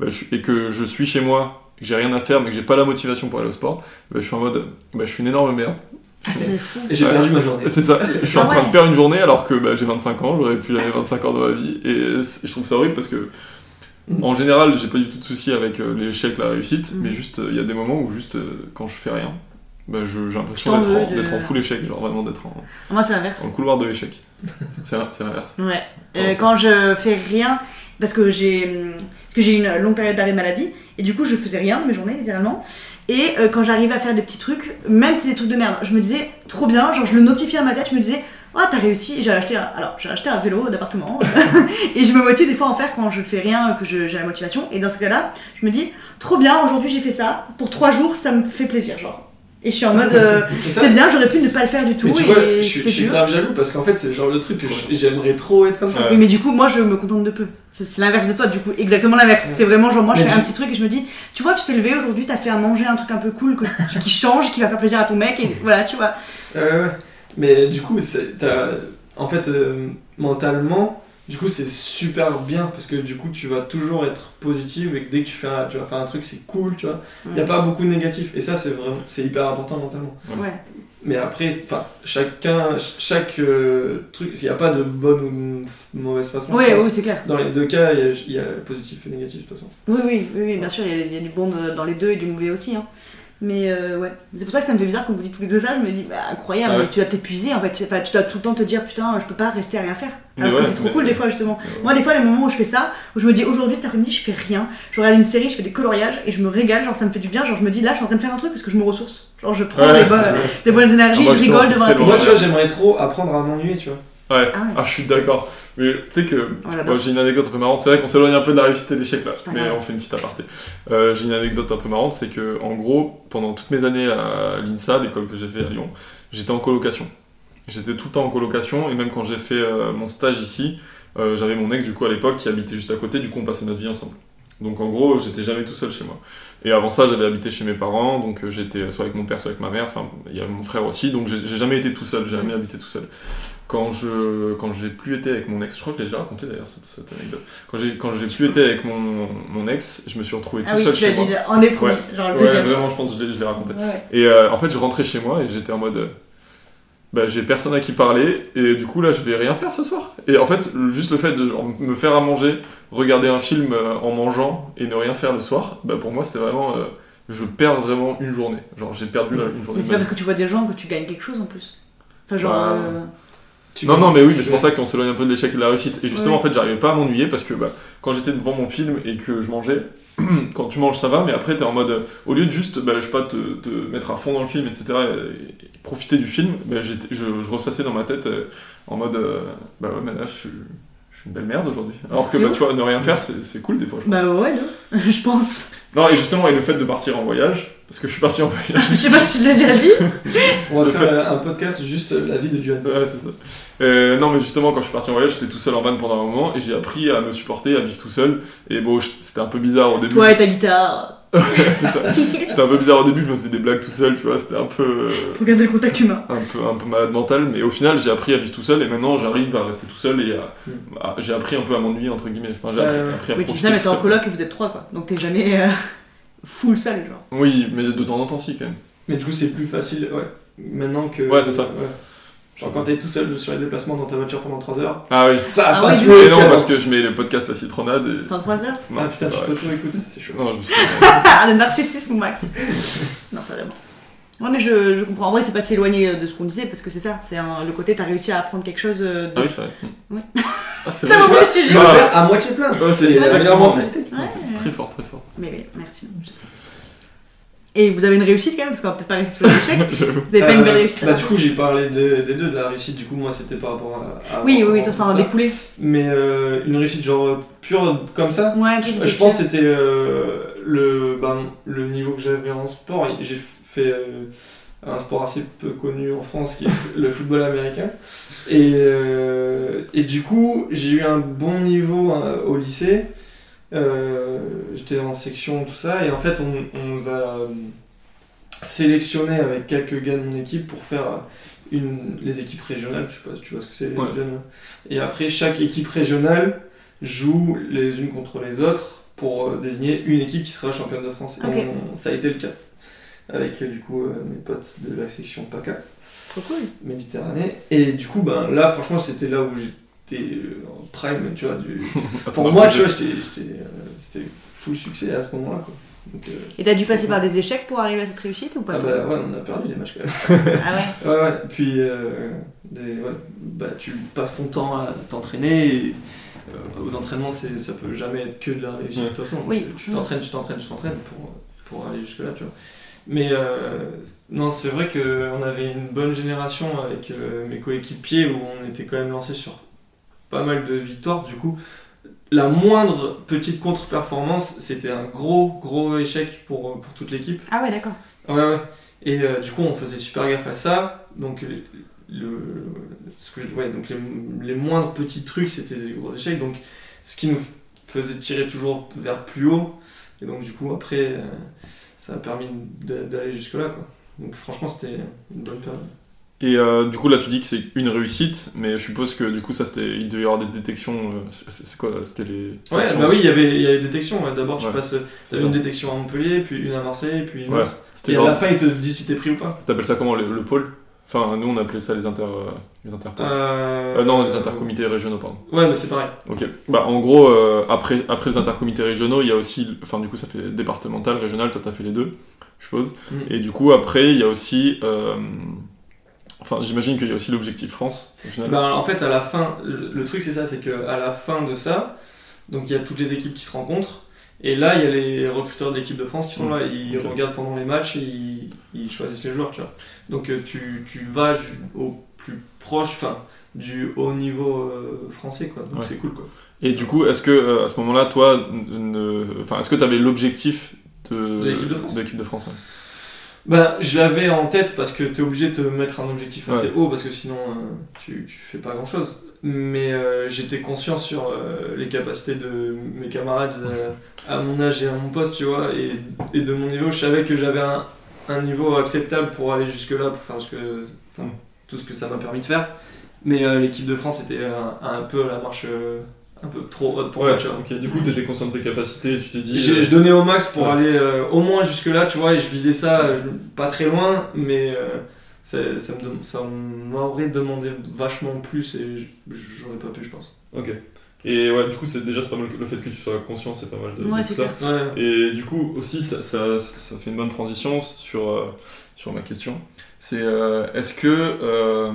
bah, je- et que je suis chez moi, que j'ai rien à faire, mais que j'ai pas la motivation pour aller au sport, bah, je suis en mode. Bah, je suis une énorme merde.
Ah, c'est fou.
J'ai
Ouais.
perdu ma journée.
C'est ça, je suis
Ah
en train
ouais.
de perdre une journée alors que bah, j'ai 25 ans, j'aurais pu jamais 25 ans dans ma vie, et c'est- je trouve ça horrible parce que
Mm.
en général j'ai pas du tout de souci avec euh, l'échec, la réussite,
Mm.
mais juste il y a des moments où juste euh, quand je fais rien, bah, je- j'ai
T'en
l'impression d'être en,
veux de-
d'être en full échec, genre vraiment d'être en,
Moi, c'est l'inverse.
en couloir de l'échec. C'est c'est l'inverse.
Ouais.
Comment
Euh,
ça
quand je fais rien, parce que j'ai hum, que j'ai une longue période d'arrêt maladie, et du coup je faisais rien de mes journées littéralement. Et euh, quand j'arrivais à faire des petits trucs, même si c'est des trucs de merde, je me disais trop bien, genre je le notifiais à ma tête, je me disais oh t'as réussi, j'ai acheté un, alors j'ai acheté un vélo d'appartement, <laughs> et je me motive des fois à en faire quand je fais rien, que je- j'ai la motivation. Et dans ce cas-là, je me dis trop bien, aujourd'hui j'ai fait ça pour trois jours, ça me fait plaisir, genre. Et je suis en mode euh,
C'est Ah, ça.
c'est bien, j'aurais pu ne pas le faire du tout.
Mais tu
et
vois, je, suis-
c'était
je suis
dur.
grave jaloux parce qu'en fait, c'est le genre le truc que je- j'aimerais trop être comme ça.
Ouais.
Oui, mais du coup, moi, je me contente de peu. C'est c'est l'inverse de toi, du coup, exactement l'inverse. C'est vraiment genre, moi, je
Mais
fais
tu-
un petit truc et je me dis, tu vois, tu t'es levé aujourd'hui, t'as fait à manger un truc un peu cool que- qui change, qui va faire plaisir à ton mec, et voilà, tu vois.
Ouais, ouais, ouais. Mais du coup, c'est- t'as- en fait, euh, mentalement, du coup, c'est super bien parce que du coup, tu vas toujours être positive et que dès que tu, fais un- tu vas faire un truc, c'est cool, tu vois. Il
Mm.
a pas beaucoup de négatifs et ça, c'est vraiment, c'est hyper important mentalement.
Ouais.
Mais après, enfin, chacun, ch- chaque euh, truc, il n'y a pas de bonne ou de mauvaise façon. je
Ouais,
pense.
oui, c'est clair.
Dans les deux cas, il y a- il y, a positif et négatif de toute façon.
Oui, oui, oui, oui, bien sûr, il y, a- il y a du bon de- dans les deux et du mauvais aussi. Hein. Mais euh, ouais, c'est pour ça que ça me fait bizarre quand vous dites tous les deux ça. Je me dis, bah incroyable,
Ah ouais.
mais tu dois t'épuiser en fait. Enfin, tu dois tout le temps te dire, putain, je peux pas rester à rien faire.
Mais
Alors que
ouais,
c'est trop
mais-
cool des fois, justement. Moi, des fois, les moments où je fais ça, où je me dis aujourd'hui, cet après-midi, je fais rien. Je regarde une série, je fais des coloriages et je me régale, genre ça me fait du bien. Genre, je me dis là, je suis en train de faire un truc parce que je me ressource. Genre, je prends
Ouais.
des, bonnes, des bonnes énergies,
Ah, moi,
je
je
rigole
sens,
devant
c'est
la
très
télé.
Moi, tu vois,
ouais.
j'aimerais trop apprendre à m'ennuyer, tu vois.
Ouais,
Ah ouais.
ah, je suis d'accord. Mais tu sais que
Oh, j'adore.
Bon, j'ai une anecdote un peu marrante. C'est vrai qu'on s'éloigne un peu de la réussite et de l'échec là,
pas
mais
grave.
on fait une petite aparté. Euh, j'ai une anecdote un peu marrante, c'est que en gros, pendant toutes mes années à l'INSA, l'école que j'ai fait à Lyon, j'étais en colocation. J'étais tout le temps en colocation et même quand j'ai fait euh, mon stage ici, euh, j'avais mon ex du coup à l'époque qui habitait juste à côté. Du coup, on passait notre vie ensemble. Donc en gros, j'étais jamais tout seul chez moi. Et avant ça, j'avais habité chez mes parents, donc euh, j'étais soit avec mon père, soit avec ma mère. Enfin, il y avait mon frère aussi, donc j'ai j'ai jamais été tout seul, j'ai
Mm.
jamais habité tout seul. Quand je quand j'ai plus été avec mon ex, je crois que j'ai déjà raconté d'ailleurs cette, cette anecdote. Quand j'ai quand j'ai plus été avec mon, mon ex, je me suis retrouvé tout
Ah oui,
seul
tu l'as
chez
dit
moi.
en épreuve,
Ouais.
genre le
Ouais,
deuxième.
vraiment, je pense que je l'ai- je l'ai raconté.
Ouais.
Et euh, en fait, je rentrais chez moi et j'étais en mode. euh, bah, j'ai personne à qui parler et du coup là je vais rien faire ce soir. Et en fait, le- juste le fait de genre, me faire à manger, regarder un film euh, en mangeant et ne rien faire le soir, bah pour moi c'était vraiment. euh, je perds vraiment une journée. Genre j'ai perdu là, une journée.
Mais
de
c'est
ma
pas
vie.
parce que tu vois des gens que tu gagnes quelque chose en plus. Enfin, genre.
Bah,
euh,
Tu
Non,
penses
non, mais
que
oui,
tu
mais c'est
vas-
pour ça qu'on s'éloigne un peu de l'échec et de la réussite. Et justement,
Ouais.
en fait, j'arrivais pas à m'ennuyer parce que bah, quand j'étais devant mon film et que je mangeais, <clears throat> quand tu manges, ça va, mais après, t'es en mode, euh, au lieu de juste, bah, je sais pas, te, te mettre à fond dans le film, etc., et, et profiter du film, bah, j'étais- je, je ressassais dans ma tête euh, en mode, euh, bah ouais, mais là, je suis, je suis une belle merde aujourd'hui. Alors que,
C'est
bah,
ouf.
tu vois, ne rien faire, c'est c'est cool des fois. je pense.
Bah ouais, non. <laughs> je pense.
Non, et justement, et le fait de partir en voyage, parce que je suis parti en <laughs> voyage.
Je sais pas si je l'ai déjà dit.
On va
Le
faire
fait-
euh, un podcast juste euh, la vie de Duane.
Ouais, c'est ça. Euh, non, mais justement, quand je suis parti en voyage, j'étais tout seul en van pendant un moment et j'ai appris à me supporter, à vivre tout seul. Et bon, je- c'était un peu bizarre au début.
Toi et ta guitare.
<laughs> c'est ça. J'étais un peu bizarre au début, je me faisais des blagues tout seul, tu vois. C'était un peu,
Faut garder le contact humain.
un peu, un peu malade mental. Mais au final, j'ai appris à vivre tout seul et maintenant, j'arrive à rester tout seul et à- à- j'ai appris un peu à m'ennuyer entre guillemets. Enfin, j'ai appris,
Ouais, ouais.
appris à
Mm. Euh, Oui, tu
profiter.
viens, mais
tout
t'es en
seul.
coloc et vous êtes trois, quoi. Donc t'es jamais euh, full seul, genre.
Oui, mais de temps en temps, si quand même.
Mais du coup, c'est plus facile, ouais. Maintenant que.
Ouais, c'est ça.
Genre quand t'es tout seul sur les déplacements dans ta voiture pendant 3 heures,
Ah oui.
ça
Ah
passe
oui,
mieux
Et non,
qu'avant.
parce que je mets le podcast La Citronade. Et...
Enfin, trois heures. <laughs>
Non,
Ah
c'est
putain, tu
pas vrai.
t'auto-écoutes, c'est chaud.
Non, je me suis.
Ah, le narcissisme au max. non, ça vraiment. Ouais, mais je, je comprends. En vrai, c'est pas si éloigné euh, de ce qu'on disait parce que c'est ça. C'est un- le côté, t'as réussi à apprendre quelque chose. euh, De...
Ah oui, c'est vrai.
Oui. <laughs>
Ah, c'est
Putain,
vrai.
le mauvais
Tu
sujet.
vas
Ouais.
faire à moitié
Oh,
plein.
Ouais, c'est
la meilleure
exactement.
mentalité.
Ouais.
Très fort, très fort.
Mais oui, merci. je sais. Et vous avez une réussite quand même, parce qu'on va peut-être pas rester sur les échecs.
<laughs> J'avoue.
Vous avez pas une belle
Euh,
réussite. hein.
bah, Du coup, j'ai parlé de- des deux, de la réussite. Du coup, moi, c'était par rapport à. à-
oui, oui, oui,
à-
toi ça en a découlé.
Mais euh, une réussite, genre euh, pure comme ça
Ouais, tout
Je, je pense que c'était euh, le, ben, le niveau que j'avais en sport. J'ai fait euh, un sport assez peu connu en France qui est le football américain. Et, euh, et du coup, j'ai eu un bon niveau euh, au lycée. Euh, J'étais en section, tout ça. Et en fait, on, on nous a euh, sélectionné avec quelques gars de mon équipe pour faire euh, une, les équipes régionales. Je sais pas si tu vois ce que c'est, les
Ouais.
régionales. Et après, chaque équipe régionale jouent les unes contre les autres pour euh, désigner une équipe qui sera championne de France. Et
Ok.
on- ça a été le cas. Avec euh, du coup euh, mes potes de la section PACA,
Trop cool.
Méditerranée. Et du coup, ben, là, franchement, c'était là où j'étais euh, en prime, tu vois.
<laughs>
Du...
Attends,
Pour
le
moi, tu
projet.
vois, j'étais- j'étais, euh, c'était full succès à ce moment-là. quoi. Donc, euh,
Et t'as dû passer par des échecs pour arriver à cette réussite ou pas
ah
toi
bah ouais, on a perdu des matchs quand même.
Ah ouais.
Ouais, ouais. Puis, euh, des- ouais, bah, tu passes ton temps à t'entraîner. et, euh, aux entraînements, c'est, ça peut jamais être que de la réussite.
Ouais.
De toute façon,
Oui.
tu t'entraînes, tu t'entraînes, tu t'entraînes pour, pour aller jusque-là, tu vois. Mais euh, non, c'est vrai qu'on avait une bonne génération avec euh, mes coéquipiers où on était quand même lancé sur pas mal de victoires. Du coup, la moindre petite contre-performance, c'était un gros, gros échec pour, pour toute l'équipe.
Ah ouais, d'accord.
Ouais, ouais. Et euh, du coup, on faisait super gaffe à ça. Donc, le, le- ce que je- ouais, donc les, les moindres petits trucs, c'était des gros échecs. Donc, ce qui nous faisait tirer toujours vers plus haut. Et donc, du coup, après, euh, ça a permis d'a- d'aller jusque-là. quoi. Donc, franchement, c'était une bonne période.
Et euh, du coup, là, tu dis que c'est une réussite, mais je suppose que du coup, ça, c'était, il devait y avoir des détections. euh, c'est, c'est quoi C'était les.
Ouais,
sections-
bah oui, il y avait, il y avait des détections. ouais. D'abord, tu
Ouais,
passes
c'est
t'avais
ça.
une détection à Montpellier, puis une à Marseille, puis une
Ouais.
autre.
C'était
Et à
genre-
la fin, ils te disent si t'es pris ou pas.
T'appelles ça comment le, le pôle Enfin, nous, on appelait ça les inter, euh, les interpôles.
Euh,
Euh, non, les intercomités régionaux, pardon.
Ouais, mais c'est pareil.
Ok. Bah, en gros, euh, après, après les intercomités régionaux, il y a aussi. le- Enfin, du coup, ça fait départemental, régional, toi, t'as fait les deux, je suppose.
Mm.
Et du coup, après, il y a aussi. euh, Enfin, j'imagine qu'il y a aussi l'objectif France, au final.
Ben, en fait, à la fin, le le truc c'est ça, c'est que à la fin de ça, donc il y a toutes les équipes qui se rencontrent, et là il y a les recruteurs de l'équipe de France qui sont
Mmh.
là, ils
Ok.
regardent pendant les matchs et ils, ils choisissent les joueurs, tu vois. Donc euh, tu, tu vas ju- au plus proche, enfin, du haut niveau euh, français, quoi. Donc
Ouais.
c'est cool, quoi.
Et du coup, est-ce que euh, à ce moment-là, toi, n- ne- enfin, est-ce que t'avais l'objectif de,
De l'équipe de France
l'équipe de France, ouais.
Ben, je l'avais en tête parce que t'es obligé de te mettre un objectif assez
Ouais.
haut parce que sinon euh, tu, tu fais pas grand chose. Mais euh, j'étais conscient sur euh, les capacités de mes camarades euh, à mon âge et à mon poste, tu vois, et, et de mon niveau. Je savais que j'avais un, un niveau acceptable pour aller jusque-là, pour faire ce que, enfin, tout ce que ça m'a permis de faire. Mais euh, l'équipe de France était un, un peu à la marche euh, un peu trop haute pour moi, tu vois.
ok. Du coup, t'étais conscient de tes capacités, tu t'es dit. euh,
J'ai- Je donnais au max pour
Ouais.
aller euh, au moins jusque-là, tu vois, et je visais ça euh, je- pas très loin, mais euh, ça, ça me dem- ça m'aurait demandé vachement plus et j- j'aurais pas pu, je pense.
Ok. Et ouais, du coup, c'est déjà c'est pas mal que- le fait que tu sois conscient, c'est pas mal de,
Ouais,
de
c'est
tout ça.
clair.
Ouais.
Et du coup, aussi, ça, ça- ça fait une bonne transition sur, euh, sur ma question. C'est euh, est-ce que. euh,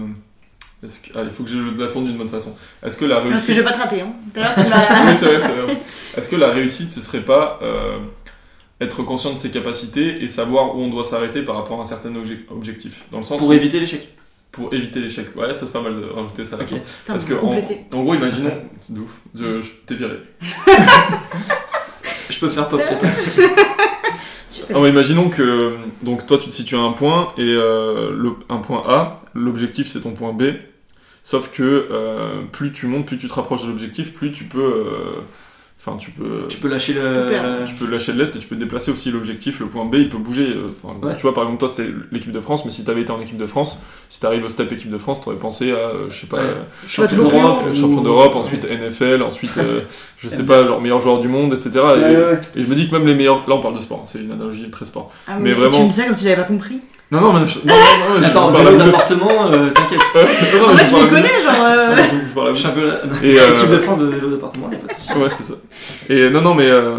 est-ce que- ah, il faut que je la tourne d'une bonne façon. Est-ce que la
Ah
Parce
réussite.
que je vais pas te rater. Hein. Tout à l'heure,
<laughs>
tu
Oui,
m'as-
c'est vrai, c'est vrai. Est-ce que la réussite, ce serait pas euh, être conscient de ses capacités et savoir où on doit s'arrêter par rapport à un certain obje- objectif Dans le sens
Pour
où-
éviter l'échec.
pour éviter l'échec. Ouais, ça c'est pas mal de rajouter ça à la
Ok.
fin.
Putain,
Parce que en,
compléter.
en gros, imaginons, <laughs> c'est de ouf, je, je t'ai viré.
Je peux faire pop, c'est pas
Non, mais Ah imaginons que donc toi tu te situes à un point et euh, le, un point A, l'objectif c'est ton point B. Sauf que euh, plus tu montes, plus tu te rapproches de l'objectif, plus tu peux, euh, enfin tu peux,
Tu peux lâcher
peux perdre.
le.
tu peux lâcher de l'est et tu peux déplacer aussi l'objectif. Le point B, il peut bouger. euh, Enfin,
Ouais.
tu vois par exemple toi c'était l'équipe de France, mais si t'avais été en équipe de France, si t'arrives au step équipe de France, t'aurais pensé à, euh, je sais pas.
Ouais.
euh,
vas toujours plus
d'Europe,
haut.
ou-
champion d'Europe,
Ouais.
ensuite NFL, ensuite <laughs> euh, je sais pas, genre meilleur joueur du monde, etc. Et,
Ouais, ouais, ouais.
et je me dis que même les meilleurs, là on parle de sport, hein, c'est une analogie très sport.
Ah
mais
oui,
vraiment-
Tu me dis ça comme si j'avais pas compris.
Non non, mais- non, non, non, non, je
Attends,
parle à
vélo
vous deux.
d'appartement, euh, t'inquiète.
<laughs> Non, non,
En fait, je
mais je parle
les
à vous deux.
connais, genre. euh,
Non, non, je parle à vous deux.
Championnat.
Et, euh,
Équipe de France de vélo d'appartement, y a pas de souci.
Ouais, c'est ça. Et non, non, mais. euh,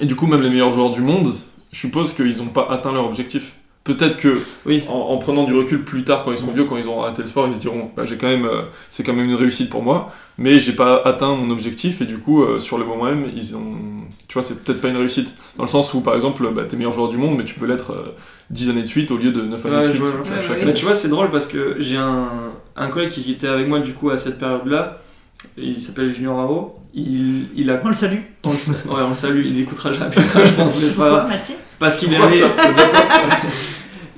et du coup, même les meilleurs joueurs du monde, je suppose qu'ils n'ont pas atteint leur objectif. Peut-être que
Oui.
en, en prenant du recul plus tard, quand ils seront vieux, quand ils auront arrêté le sport, ils se diront bah, j'ai quand même, euh, c'est quand même une réussite pour moi, mais j'ai pas atteint mon objectif et du coup euh, sur le moment même, ils ont, tu vois, c'est peut-être pas une réussite dans le sens où par exemple, bah, t'es meilleur joueur du monde, mais tu peux l'être euh, 10 années de suite au lieu de 9 années
Ouais,
de
je
suite.
vois,
tu vois,
ouais,
chaque
ouais.
année.
Mais tu vois, c'est drôle parce que j'ai un, un collègue qui était avec moi du coup à cette période-là. Il s'appelle Junior Rao. Il, il a.
On le salue.
On le, sa- ouais, on le salue, il écoutera jamais ça, je pense, mais c'est pas grave.
Pourquoi, Mathieu
Parce qu'il est
Pourquoi
allé.
ça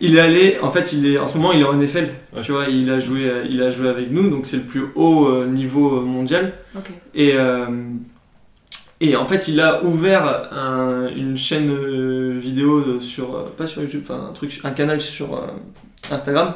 il est allé. En fait, il est, en ce moment, il est en NFL.
Ouais.
Tu vois, il a, joué, euh, il a joué avec nous, donc c'est le plus haut euh, niveau euh, mondial.
Ok.
Et, euh, et en fait, il a ouvert un- une chaîne euh, vidéo euh, sur. euh, Pas sur YouTube, enfin, un, truc, un canal sur euh, Instagram.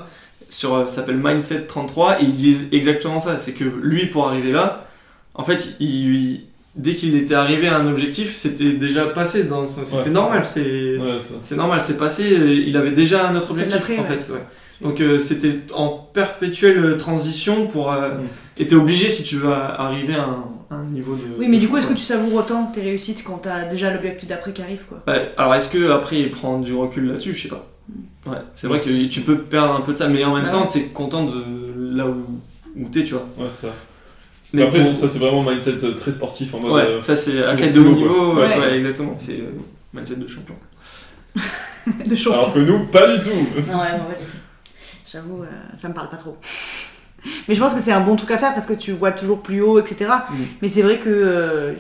Sur, euh, ça s'appelle Mindset33. Et ils disent exactement ça. C'est que lui, pour arriver là, en fait, il. il- Dès qu'il était arrivé à un objectif, c'était déjà passé, dans- c'était
Ouais.
normal, c'est...
Ouais, ça.
C'est normal, c'est passé, euh, il avait déjà un autre
C'est de la
objectif
prime,
en
ouais.
fait. ouais. Donc euh, c'était en perpétuelle euh, transition pour. euh,
Mm.
Et t'es obligé si tu veux à- arriver à un, un niveau de.
Oui, mais du coup, est-ce que tu savoures autant tes réussites quand t'as déjà l'objectif d'après qui arrive, quoi
Ouais, Bah, alors est-ce que après il prend du recul là-dessus Je sais pas. Ouais, c'est vrai que tu peux perdre un peu de ça, mais en même
Hmm. Bah Ouais.
temps t'es content de là où, où t'es, tu vois.
Ouais, c'est ça.
Mais
après,
pour-
ça c'est vraiment un mindset euh, très sportif en mode.
ouais,
euh,
ça c'est athlète de
plus
haut
haut,
niveau,
quoi.
Ah ouais,
Ouais.
ouais, exactement. C'est euh, mindset de champion. <laughs>
<laughs> De chaud.
alors que nous, pas du tout
Non, ouais, en vrai, j'avoue, euh, ça me parle pas trop. Mais je pense que c'est un bon truc à faire parce que tu vois toujours plus haut, etc.
Mm.
Mais c'est vrai que euh,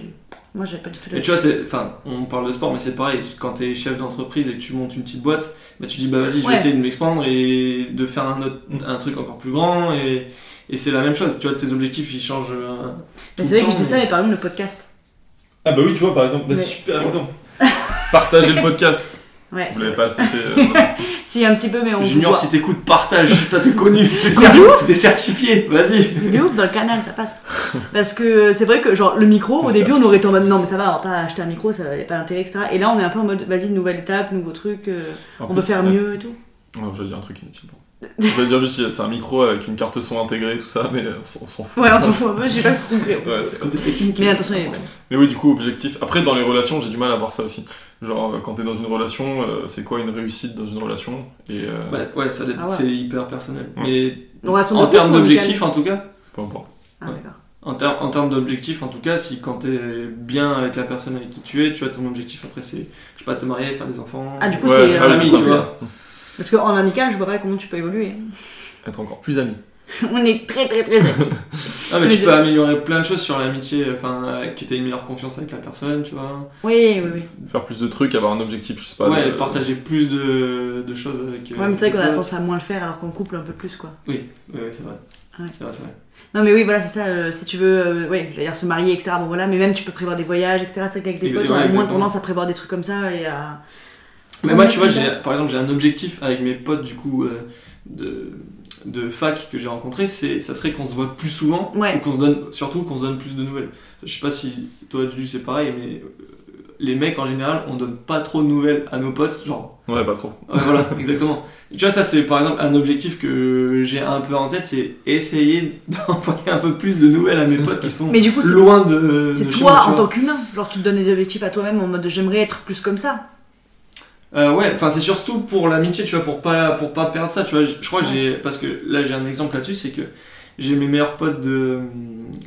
moi, j'avais pas du tout. la-
Et tu vois, c'est, enfin, on parle de sport, mais c'est pareil. Quand t'es chef d'entreprise et que tu montes une petite boîte, bah, tu dis bah vas-y, je vais
Ouais. Hmm.
essayer de m'expandre et de faire un autre,
Mm.
un truc encore plus grand. Et, et c'est la même chose. Tu vois, tes objectifs ils changent. euh,
Mais
tout
c'est
le
vrai que je
temps,
dis ça, mais par exemple, le podcast.
Ah bah oui, tu vois, par exemple, bah,
Ouais.
super exemple. Partagez le podcast.
Ouais.
Vous
c'est vrai.
l'avez pas assez fait. euh,
Si, un petit peu, mais on.
Junior,
voit.
si t'écoutes,
<laughs>
partage. Toi, t'es connu, t'es,
C'est
cer- t'es certifié. Vas-y.
Mais de ouf, dans le canal, ça passe. Parce que c'est vrai que, genre, le micro, au
C'est
début,
ça.
on aurait été en mode non, mais ça va, on va pas acheter un micro, ça n'a pas d'intérêt, etc. Et là, on est un peu en mode vas-y, nouvelle étape, nouveau truc, euh,
en
on
plus,
peut faire
c'est-
mieux et tout.
Non, je vais dire un truc inutile. pardon. Je vais dire juste, c'est un micro avec une carte son intégrée, tout ça, mais euh, on s'en- on s'en fout.
Ouais, on s'en fout, moi, j'ai pas trop compris.
Ouais,
Ce côté technique.
Mais attention, il est bon.
Mais oui, du coup, objectif. Après, dans les relations, j'ai du mal à voir ça aussi. Genre, euh, quand t'es dans une relation, euh, c'est quoi une réussite dans une relation Et euh,
Bah, ouais, ça dépend,
Ah ouais.
c'est hyper personnel.
Mm.
Mais
On va son
en
couple
termes
ou amical
d'objectifs, en tout cas.
peu importe.
Ah, d'accord.
En, ter- en termes d'objectifs, en tout cas, si quand t'es bien avec la personne avec qui tu es, tu vois, ton objectif après c'est, je sais pas, te marier, faire des enfants.
Ah, du coup,
Ouais,
c'est.
la
ah
euh,
oui,
famille,
c'est
tu
ça.
vois.
Parce qu'en amical, je vois pas comment tu peux évoluer. <laughs>
Être encore plus ami.
on est très, très, très. amis.
Ah, mais
Mais
tu
je-
peux améliorer plein de choses sur l'amitié, enfin, euh, que t'aies une meilleure confiance avec la personne, tu vois.
Oui, oui, oui.
Faire plus de trucs, avoir un objectif, je sais pas.
ouais,
de-
partager plus de, de choses avec. euh,
Ouais, mais c'est vrai qu'on
tes
a
potes.
tendance à moins le faire alors qu'on couple un peu plus, quoi.
Ouais, ouais, c'est vrai.
Ouais.
C'est vrai, c'est vrai.
Non, mais oui, voilà, c'est ça. euh, si tu veux, euh, ouais, j'allais dire se marier, etc. Bon, voilà, mais même tu peux prévoir des voyages, etc. C'est vrai qu'avec des
Exa-
potes,
ouais,
on a moins
exactement.
tendance à prévoir des trucs comme ça et à.
Mais
Ouais,
moi, tu vois,
c'est
j'ai,
ça.
par exemple, j'ai un objectif avec mes potes, du coup, euh, de, de fac que j'ai rencontré, c'est, ça serait qu'on se voit plus souvent,
Ouais.
ou qu'on se donne, surtout qu'on se donne plus de nouvelles. Je sais pas si toi, du c'est pareil, mais euh, les mecs, en général, on donne pas trop de nouvelles à nos potes, genre.
Ouais, pas trop.
ouais, voilà, exactement. Tu vois, ça, c'est par exemple un objectif que j'ai un peu en tête, c'est essayer d'envoyer un peu plus de nouvelles à mes potes qui sont
Mais du coup, c'est
loin de.
c'est
de chez moi,
toi
tu
en
vois.
tant qu'humain. Genre, tu te donnes des objectifs à toi-même en mode j'aimerais être plus comme ça.
Euh, ouais, enfin c'est surtout pour l'amitié, tu vois, pour pas pour pas perdre ça, tu vois. Je je crois que j'ai parce que là j'ai un exemple là-dessus, c'est que j'ai mes meilleurs potes de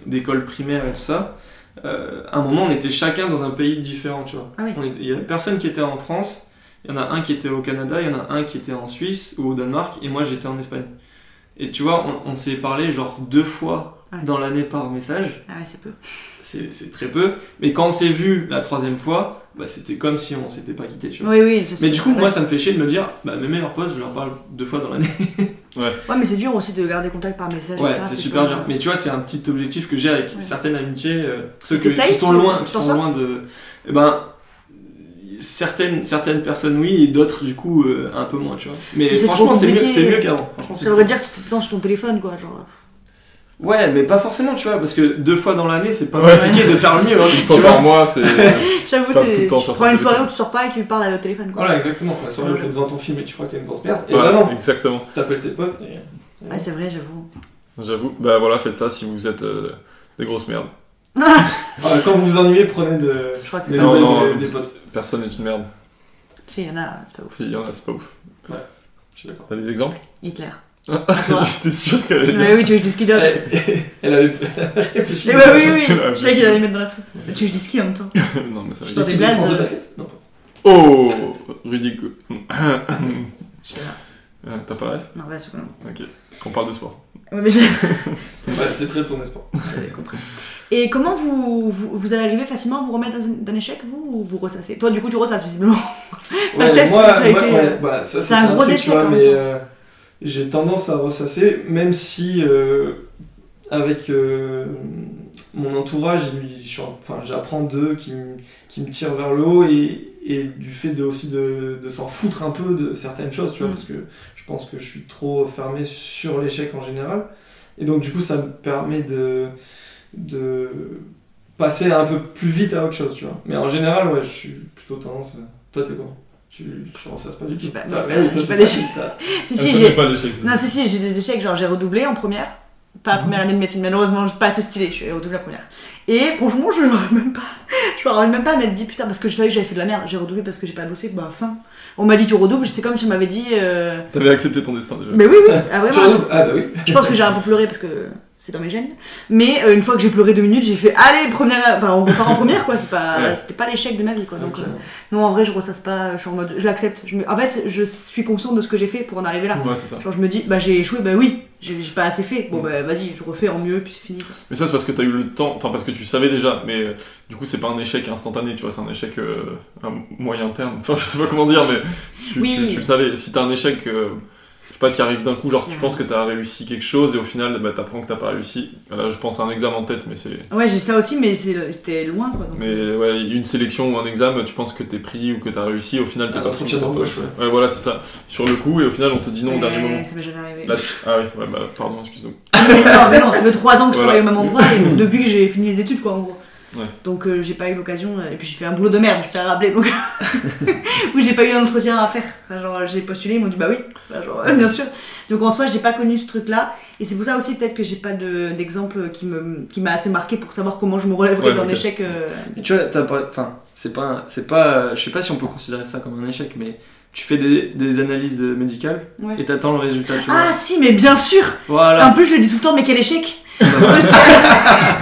d'école primaire et tout ça. Euh, à un moment, on était chacun dans un pays différent, tu vois.
Ah oui.
On était- Il y avait personne qui était en France, il y en a un qui était au Canada, il y en a un qui était en Suisse ou au Danemark, et moi j'étais en Espagne. Et tu vois, on, on s'est parlé genre deux fois
Ouais.
dans l'année par message
Ah ouais, c'est peu.
c'est c'est très peu. Mais quand on s'est vu la troisième fois, bah, c'était comme si on s'était pas quitté, tu vois.
Oui, oui. je sais.
Mais du coup, moi, ça me fait chier de me dire, bah, mes meilleurs potes, je leur parle deux fois dans l'année.
Ouais, mais c'est dur aussi de garder contact par message.
Ouais,
etc.,
c'est super
pas-
dur. Mais tu vois, c'est un petit objectif que j'ai avec
Ouais.
certaines amitiés, euh, ceux que-
t'essayes,
qui sont
tu-
loin, qui
t'en
sont
sors
loin de. Eh ben, certaines, certaines personnes, oui, et d'autres, du coup, euh, un peu moins, tu vois. Mais
Mais c'est
franchement,
trop
c'est mieux,
compliqué.
c'est mieux qu'avant. Franchement, c'est
Ça
mieux.
voudrait dire que tu es tout le temps sur ton téléphone, quoi. Genre.
Ouais, mais pas forcément, tu vois, parce que deux fois dans l'année, c'est pas
Ouais.
compliqué de faire le mieux. hein,
Une
tu
fois
vois.
par
<laughs>
mois, c'est.
<laughs> J'avoue,
Pas tout
c'est.
le
Tu
temps sur
prends
son
une soirée où
téléphone.
tu sors pas et tu parles à le téléphone, quoi.
Voilà, exactement. La soirée où
Ouais.
t'es devant ton film et tu crois que t'es une grosse merde. Et
Voilà,
bah non,
exactement.
t'appelles tes potes. et-
Ouais, Ah, c'est vrai, j'avoue.
J'avoue. Bah voilà, faites ça si vous êtes euh, des grosses merdes.
Ah, quand vous vous ennuyez, prenez de...
Je crois que
des
c'est
Non,
pas.
nouvelles
non,
de-
non.
des potes.
Personne n'est une merde.
Si, y en a, c'est pas ouf.
Si, y en a, c'est pas ouf.
Ouais.
Je suis d'accord.
T'as des exemples <laughs>
Hitler.
J'étais sûr qu'elle allait
Ouais, oui, tu veux que je dise qui d'autre
Elle, elle avait elle avait réfléchi.
Eh bah oui, oui, oui. Je savais qu'il allait mettre dans la sauce. Tu veux que je dise qui en même temps
<laughs> Non, mais
Je
ça va
C'est
sors
être-
des
qui
blagues,
défense de
euh.
basket Non, pas.
Oh Rudy Go-
Je sais pas.
Euh, T'as pas la ref
Non, bah, c'est pas.
Ok. On parle de sport.
Ouais, mais je-
Ouais, c'est très tourné sport.
J'avais compris. Et comment vous, vous, vous arrivez facilement à vous remettre d'un- d'un échec, vous, ou vous ressassez Toi, du coup, tu ressasses visiblement. <laughs> Bah, ça,
moi,
ça a
moi,
été,
ouais,
euh,
bah, ça,
c'est
c'est
un
un,
gros
truc,
échec, hein,
tu vois,
en même
mais
temps.
euh, j'ai tendance à ressasser, même si euh, avec euh, mon entourage, il- je suis en- enfin, j'apprends d'eux qui, me- qui me tirent vers le haut et, et du fait de, aussi de, de s'en foutre un peu de certaines choses, tu vois,
Mm.
parce que je pense que je suis trop fermé sur l'échec en général. Et donc, du coup, ça me permet de. de passer un peu plus vite à autre chose, tu vois. Mais en général, ouais, je suis plutôt tendance. euh, Toi, t'es quoi Tu, tu ressasses pas du
J'ai
tout.
pas-
T'as-
j'ai
oui,
pas-
toi,
j'ai
c'est
pas
facile,
Si, si,
Elle connaît
j'ai.
pas l'échec. ça.
Non, si, si, j'ai des échecs, genre j'ai redoublé en première, pas la première année de médecine, malheureusement, je suis pas assez stylée, je suis redoublée la première. Et franchement, je l'aurais même pas, <laughs> je m'aurais même pas à m'être dit putain, parce que je savais que j'avais fait de la merde, j'ai redoublé parce que j'ai pas bossé, bah fin. On m'a dit tu redoubles, c'est comme si on m'avait dit. euh,
T'avais accepté ton destin déjà.
Mais oui, oui, ah,
t'as-
vraiment.
Tu redoubles Ah bah oui.
Je pense que j'ai un peu pleuré parce que c'est dans mes gènes. Mais euh, une fois que j'ai pleuré deux minutes, j'ai fait allez, première, enfin on repart en première quoi. C'est pas,
Ouais.
c'était pas l'échec de ma vie quoi. Donc
Ok.
euh, non, en vrai, je ressasse pas. Je suis en mode, je l'accepte. Je me, en fait, je suis consciente de ce que j'ai fait pour en arriver là.
Ouais, c'est ça.
Genre je me dis bah j'ai échoué, bah oui, j'ai j'ai pas assez fait. Bon bah vas-y, je refais en mieux puis c'est fini. quoi.
Mais ça, c'est parce que t'as eu le temps, enfin parce que tu savais déjà, mais euh, du coup, c'est pas un échec instantané, tu vois, c'est un échec euh, à moyen terme. <laughs> Enfin, je sais pas comment dire, mais tu,
Oui.
tu- tu le savais. Si t'as un échec, euh, je sais pas, qui arrive d'un coup, genre tu
Ouais.
penses que t'as réussi quelque chose et au final, bah, t'apprends que t'as pas réussi. Là, je pense à un examen en tête, mais c'est.
Ouais j'ai ça aussi, mais c'est- c'était loin quoi. donc.
Mais ouais, une sélection ou un examen, tu penses que t'es pris ou que t'as réussi, au final, t'es
Un
pas pris.
entretien d'embauche, ouais.
Ouais, voilà, c'est ça. Sur le coup, et au final, on te dit non au
Mais
dernier moment.
euh, Ça m'est jamais arrivé.
Là, tu- Ah oui, ouais, bah, pardon, excuse-moi.
Ah, Mais non, mais non, ça fait 3 ans que je
Voilà.
travaille au même endroit
<laughs>
et depuis que j'ai fini les études, quoi, en gros.
Ouais.
Donc euh, j'ai pas eu l'occasion, euh, et puis j'ai fait un boulot de merde, je tiens à rappeler, donc. <laughs> oui, j'ai pas eu un entretien à faire. Enfin, genre, j'ai postulé, ils m'ont dit bah oui, Enfin, genre, ouais, bien sûr. Donc en soi, j'ai pas connu ce truc-là, et c'est pour ça aussi peut-être que j'ai pas de- d'exemple qui me qui m'a assez marqué pour savoir comment je me relèverais
Ouais,
d'un
ok.
échec. euh,
Et tu vois, t'as pas. Enfin, c'est pas. un- C'est pas. euh, Je sais pas si on peut considérer ça comme un échec, mais tu fais des, des analyses euh, médicales
ouais.
et t'attends le résultat, tu vois.
Ah si, mais bien sûr En
Voilà.
plus, je le dis tout le temps, mais quel échec <laughs>
<laughs>
Ah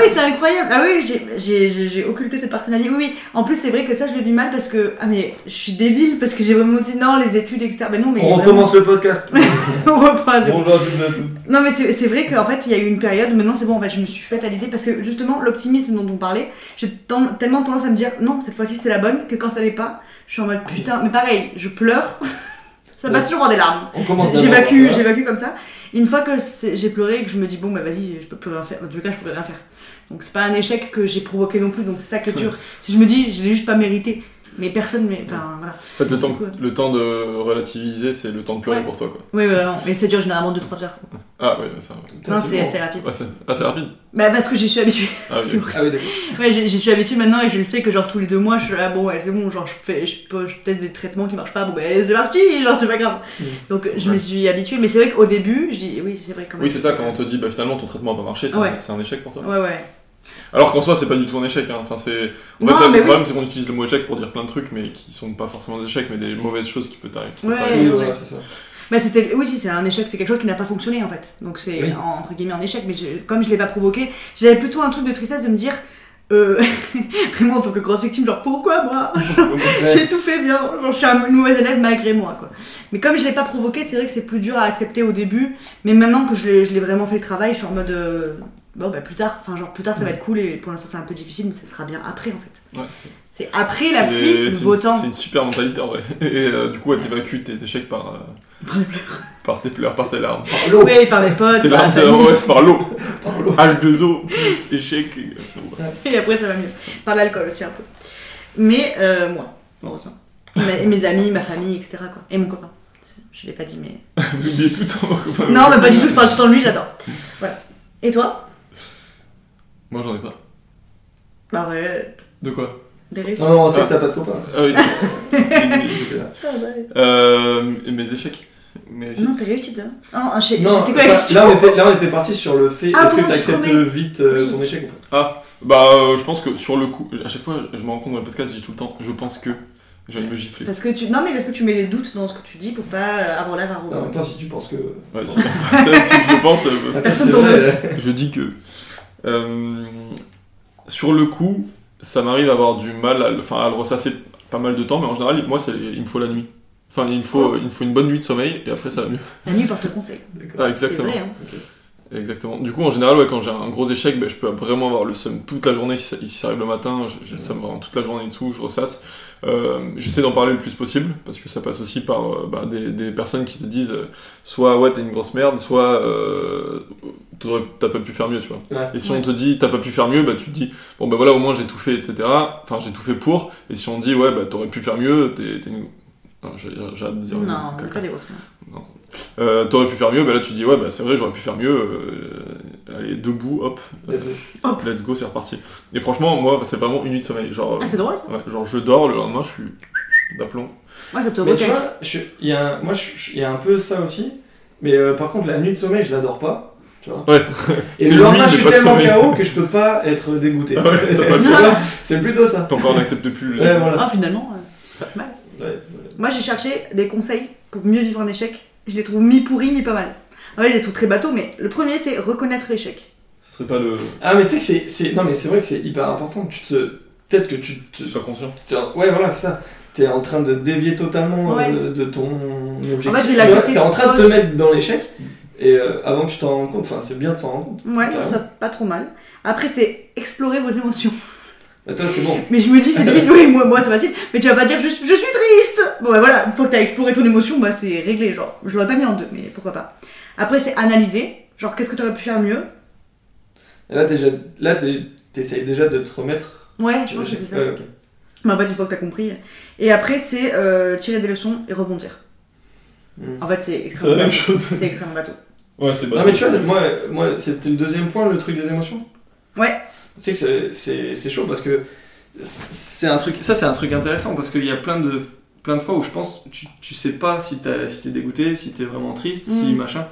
oui, c'est incroyable. Ah oui, j'ai- j'ai j'ai- j'ai occulté cette partie de ma vie. Oui, oui. En plus, c'est vrai que ça, je le vis mal parce que ah mais je suis débile parce que j'ai vraiment dit non les études etc. Ben non mais
On
vraiment,
recommence le podcast.
<laughs> on reprend à zéro.
Bonjour à toutes et à tous.
Non mais c'est c'est vrai qu'en fait il y a eu une période, maintenant c'est bon en fait je me suis faite à l'idée parce que justement l'optimisme dont on parlait, j'ai ten- tellement tendance à me dire non cette fois-ci c'est la bonne que quand ça l'est pas, je suis en mode putain mais pareil je pleure, <laughs> ça passe
Ouais.
toujours en des larmes.
On commence d'abord,
J'évacue,
ça va.
j'évacue comme ça. Une fois que c'est- j'ai pleuré et que je me dis bon bah vas-y, je peux plus rien faire. Dans tous les cas, je pouvais rien faire. Donc c'est pas un échec que j'ai provoqué non plus. Donc c'est ça qui est dur. Si je me dis, je l'ai juste pas mérité. Mais personne, mais enfin voilà.
En fait, le temps,
Du coup,
le temps de relativiser, c'est le temps de pleurer
Ouais.
pour toi, quoi.
Oui voilà. Mais ça dure généralement 2-3 heures.
Ah ouais, ça va.
Putain,
Non, c'est
bon.
assez rapide.
Ah, c'est ah, c'est rapide.
Bah parce que j'y suis habituée. <laughs>
Ah,
C'est
oui.
vrai.
Ah oui, d'accord.
Ouais, j'y j'y suis habituée maintenant et je le sais que genre tous les deux mois, je suis là bon ouais c'est bon, genre je fais, je, peux- je teste des traitements qui marchent pas. Bon bah c'est parti, genre c'est pas grave.
Mm.
Donc je
Ouais.
me suis habituée. Mais c'est vrai qu'au début, j'ai oui c'est vrai quand même.
Oui, c'est ça, quand on te dit, bah finalement, ton traitement a pas marché, c'est un-
Ouais.
c'est un échec pour toi.
Ouais ouais.
Alors qu'en soi, c'est pas du tout un échec. Hein. Enfin, c'est... En
Non,
fait, là,
mais
le
oui.
problème, c'est qu'on utilise le mot échec pour dire plein de trucs, mais qui sont pas forcément des échecs, mais des mauvaises choses qui peuvent t'arri- qui peuvent
Ouais.
t'arriver.
Oui,
ouais.
voilà, c'est ça.
Bah c'était oui si c'est un échec c'est quelque chose qui n'a pas fonctionné en fait donc c'est
Oui.
en- entre guillemets un échec mais je- comme je l'ai pas provoqué j'avais plutôt un truc de tristesse de me dire euh, <laughs> vraiment en tant que grosse victime genre pourquoi moi
Ben.
Ouais.
<laughs> j'ai tout fait bien genre je suis un mauvais élève malgré moi quoi mais comme je l'ai pas provoqué c'est vrai que c'est plus dur à accepter au début mais maintenant que je l'ai- je l'ai vraiment fait le travail je suis en mode euh, bon bah plus tard enfin genre plus tard ça va être cool et pour l'instant c'est un peu difficile mais ça sera bien après en fait
Ouais.
c'est après la
C'est-
pluie le
c'est
beau
une,
temps
C'est une super mentalité, en vrai. <laughs> Et euh, du coup, elle t'évacue tes échecs par, euh,
par les pleurs
par tes pleurs, par tes larmes.
L'eau.
oui par mes potes <laughs>
Tes
par la
larmes, c'est
famille.
ouais, c'est
<laughs>
par l'eau. H2O plus échec. et- <laughs> Ouais.
Et après, ça va mieux. Par l'alcool aussi, un peu. Mais euh, moi, heureusement. Et mes amis, ma famille, etc. Quoi. Et mon copain. Je l'ai pas dit, mais.
Vous oubliez tout en copain.
Non, mais pas du tout, je parle tout le temps de lui, j'adore. Voilà. Et toi
Moi, j'en ai pas.
Bah ouais, <laughs>
De quoi
des réussites.
Non, non, on sait que t'as pas de copain.
Ah oui.
<laughs>
Euh, mes échecs. Mes échecs.
Non, t'es réussite. Hein. Non, un chez-
Non,
j'étais quoi
là,
avec-
là, on était, là on était parti sur le fait
Ah,
est-ce que
comment
tu
tu
acceptes
te remets
vite euh,
Oui.
ton échec ou pas
Bah, euh, je pense que sur le coup, à chaque fois, je me rends compte dans le podcast, je dis tout le temps, je pense que. J'ai envie de me gifler.
Parce que tu... Non, mais parce que tu mets les doutes dans ce que tu dis pour pas euh, avoir l'air
Non, en
arrogant.
même temps, si tu penses que.
Ouais, <laughs> si, si je pense, euh,
Attends,
Personne
c'est
t'en
vrai,
je dis que euh, sur le coup, ça m'arrive à avoir du mal à le, enfin, à le ressasser pas mal de temps, mais en général, il- moi, c'est- il me faut la nuit. Enfin, il me faut, il me faut une bonne nuit de sommeil et après ça va mieux.
La nuit porte conseil.
D'accord.
Ah,
C'est
<laughs> exactement.
vrai, hein.
Exactement. Du coup, en général, ouais, quand j'ai un gros échec, ben, je peux vraiment avoir le seum toute la journée. Si ça, si ça arrive le matin, je- j'ai le seum vraiment toute la journée dessous, je ressasse. Euh, J'essaie d'en parler le plus possible, parce que ça passe aussi par euh, bah, des, des personnes qui te disent euh, soit ouais, t'es une grosse merde, soit euh, t'aurais- t'as pas pu faire mieux, tu vois.
Ouais.
Et si on te dit t'as pas pu faire mieux, bah, tu te dis bon, ben voilà, au moins j'ai tout fait, etc. Enfin, j'ai tout fait pour. Et si on te dit ouais, bah, t'aurais pu faire mieux, t'es t'es une. Non, j'ai j'ai hâte de dire.
Non, on
caca.
n'est pas des grosses mains.
Euh, t'aurais pu faire mieux, bah là tu dis ouais bah c'est vrai j'aurais pu faire mieux, euh, allez debout, hop,
Let's go.
let's go c'est reparti. Et franchement moi c'est vraiment une nuit de sommeil, genre,
Ah, c'est drôle ça.
euh, ouais, genre je dors, le lendemain je suis d'aplomb.
Ouais, ça te
Mais tu
recueille.
vois, je- il y, a un- moi, je- je- il y a un peu ça aussi. Mais euh, par contre, la nuit de sommeil, je l'adore pas. Tu vois.
Ouais.
Et
C'est
le
lui,
lendemain,
mais
je suis
pas de
tellement
sommeil.
KO que je peux pas être dégoûté.
Ah ouais, t'as pas le
<laughs> Tu
choix.
vois, c'est plutôt ça.
Ton corps n'accepte plus le...
Ouais, Eh, voilà.
Ah, finalement, euh, c'est pas mal.
Ouais,
Moi, j'ai cherché des conseils pour mieux vivre un échec. Je les trouve mi-pourris, mi-pas mal. En vrai, je les trouve très bateaux, mais le premier, c'est reconnaître l'échec.
Ce serait pas le...
Ah mais tu sais que c'est, c'est- non mais c'est vrai que c'est hyper important. Tu te peut-être que tu te
Tu sois conscient.
t'es en- ouais voilà c'est ça. T'es en train de dévier totalement euh,
Ouais.
de ton objectif.
En fait, c'est
tu
l'accepter
vois. t'es en
tout
train de te
proche.
mettre dans l'échec et euh, avant que tu t'en rendes compte. Enfin c'est bien de s'en rendre compte.
Ouais, je
Carrément.
trouve ça pas trop mal. Après, c'est explorer vos émotions. <laughs>
Bah, toi c'est bon.
Mais je me dis, c'est débile, oui, moi, moi c'est facile, mais tu vas pas dire, je, je suis triste Bon, bah voilà, une fois que t'as exploré ton émotion, bah c'est réglé, genre, je l'aurais pas mis en deux, mais pourquoi pas. Après, c'est analyser, genre, qu'est-ce que t'aurais pu faire mieux
Et là déjà là t'es- t'essayes déjà de te remettre.
Ouais, je pense que c'est ça.
Ouais, ok.
Mais en fait, une fois que t'as compris. Et après, c'est euh, tirer des leçons et rebondir.
Hmm.
En fait, c'est
C'est
extrêmement
la même
bateau.
chose.
C'est extrêmement bateau.
Ouais c'est
Non mais tu vois moi moi c'était le deuxième point le truc des émotions.
Ouais.
Tu sais que c'est- c'est c'est chaud parce que c'est un truc ça c'est un truc intéressant parce qu'il y a plein de plein de fois où je pense tu, tu sais pas si t'as- si t'es dégoûté si t'es vraiment triste <laughs> si
Mm.
machin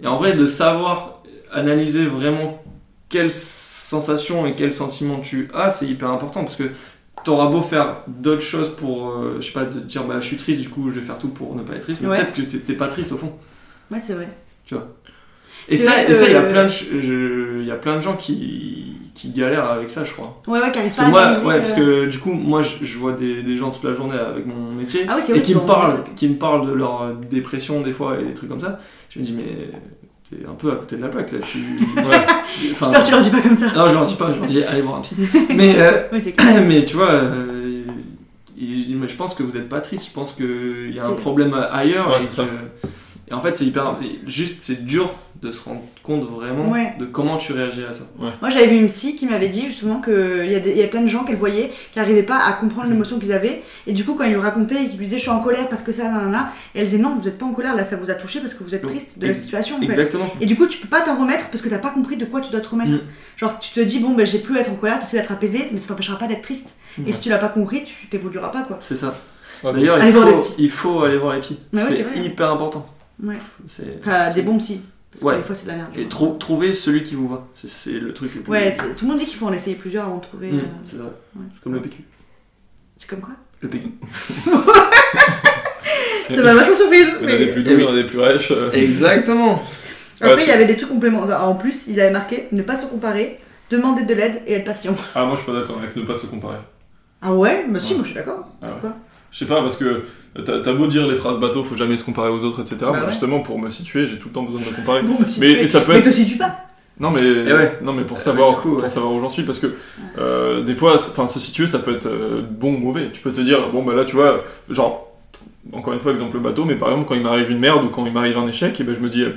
et en vrai de savoir analyser vraiment quelles sensations et quels sentiments tu as c'est hyper important parce que t'auras beau faire d'autres choses pour euh, je sais pas te dire bah je suis triste du coup je vais faire tout pour ne pas être triste mais
Ouais.
peut-être que t'es t'es pas triste au fond
Ouais, c'est vrai.
et
C'est
ça,
vrai
et ça, il y a
que-
plein de, ch- je- il y a plein de gens qui, qui galèrent avec ça, je crois.
Ouais, ouais, qui arrive pas
Parce
à
que moi,
analyser,
ouais,
euh,
parce que du coup, moi, je, je vois des, des gens toute la journée avec mon métier
Ah oui, c'est
et
vrai
qui
tu
me
vois,
parlent,
ouais.
qui me parlent de leur euh, dépression des fois et des trucs comme ça. Je me dis mais t'es un peu à côté de la plaque là.
<laughs>
Tu, tu- enfin,
J'espère que tu leur dis pas comme ça.
non, je leur dis pas, je leur dis allez voir un psy. mais euh, <clears throat>
Ouais, c'est clair.
mais tu vois. euh, il- il- mais je pense que vous n'êtes pas triste, je pense qu'il y a un
C'est-
problème ailleurs.
Ouais,
et,
c'est ça.
que- et en fait, c'est hyper. Juste, c'est dur de se rendre compte vraiment
Ouais.
de comment tu réagis à ça.
Moi, j'avais vu une psy qui m'avait dit justement qu'il y, a des- il y a plein de gens qu'elle voyait qui n'arrivaient pas à
Hmm.
comprendre l'émotion qu'ils avaient. Et du coup, quand ils lui racontaient et qu'ils lui disaient je suis en colère parce que ça, nanana, et elle disait non, vous n'êtes pas en colère, là ça vous a touché parce que vous êtes triste de la
Ex-
situation. En fait.
Exactement.
Et du coup, tu peux pas t'en remettre parce que t'as pas compris de quoi tu dois te remettre.
Mm.
Genre, tu te dis bon, ben j'ai plus à être en colère, t'essaies d'être apaisé, mais ça t'empêchera pas d'être triste. Et
Ouais.
si tu l'as pas compris, tu t'évolueras pas quoi.
C'est ça.
Ouais.
D'ailleurs, il
Allez voir les
faut,
psys.
il faut aller voir les psys.
Bah ouais, c'est
c'est
vrai.
hyper important.
Ouais.
C'est-
Enfin, des bons psys. Parce que
Ouais.
des fois, c'est de la merde.
Et trou- trouver celui qui vous va. C'est- C'est le truc le plus.
Ouais, c'est- tout le monde dit qu'il faut en essayer plusieurs avant de trouver.
Mm,
euh,
c'est ça.
ouais.
C'est comme le PQ.
C'est comme quoi
Le PQ.
<laughs> Ça m'a vachement surprise.
Il y en a
mais-
des plus
Eh
doux,
oui.
il y en a des plus rêches. euh.
Exactement.
Après,
Ouais,
il y
c'est-
avait des trucs complémentaires. En plus, ils avaient marqué ne pas se comparer, demander de l'aide et être patient.
Ah moi je suis pas d'accord avec ne pas se comparer.
Ah ouais Mais si,
Ouais.
moi je suis d'accord.
Ah ouais.
Pourquoi
Je sais pas, parce que euh, t'as t'as beau dire les phrases bateau, faut jamais se comparer aux autres, etc.
Bah
mais
ouais.
Justement, pour me situer, j'ai tout le temps besoin de me comparer.
Bon, bah, si
Mais-
tu
mais
es-
ça peut
mais
être-
te situe pas.
Non mais,
Eh ouais.
non mais pour
mais
savoir,
du coup,
pour
ouais.
savoir où j'en suis, parce que euh, des fois, c'est- enfin, se situer, ça peut être euh, bon ou mauvais. Tu peux te dire, bon bah là, tu vois, genre, encore une fois, exemple bateau, mais par exemple, quand il m'arrive une merde ou quand il m'arrive un échec, et ben je me dis, euh,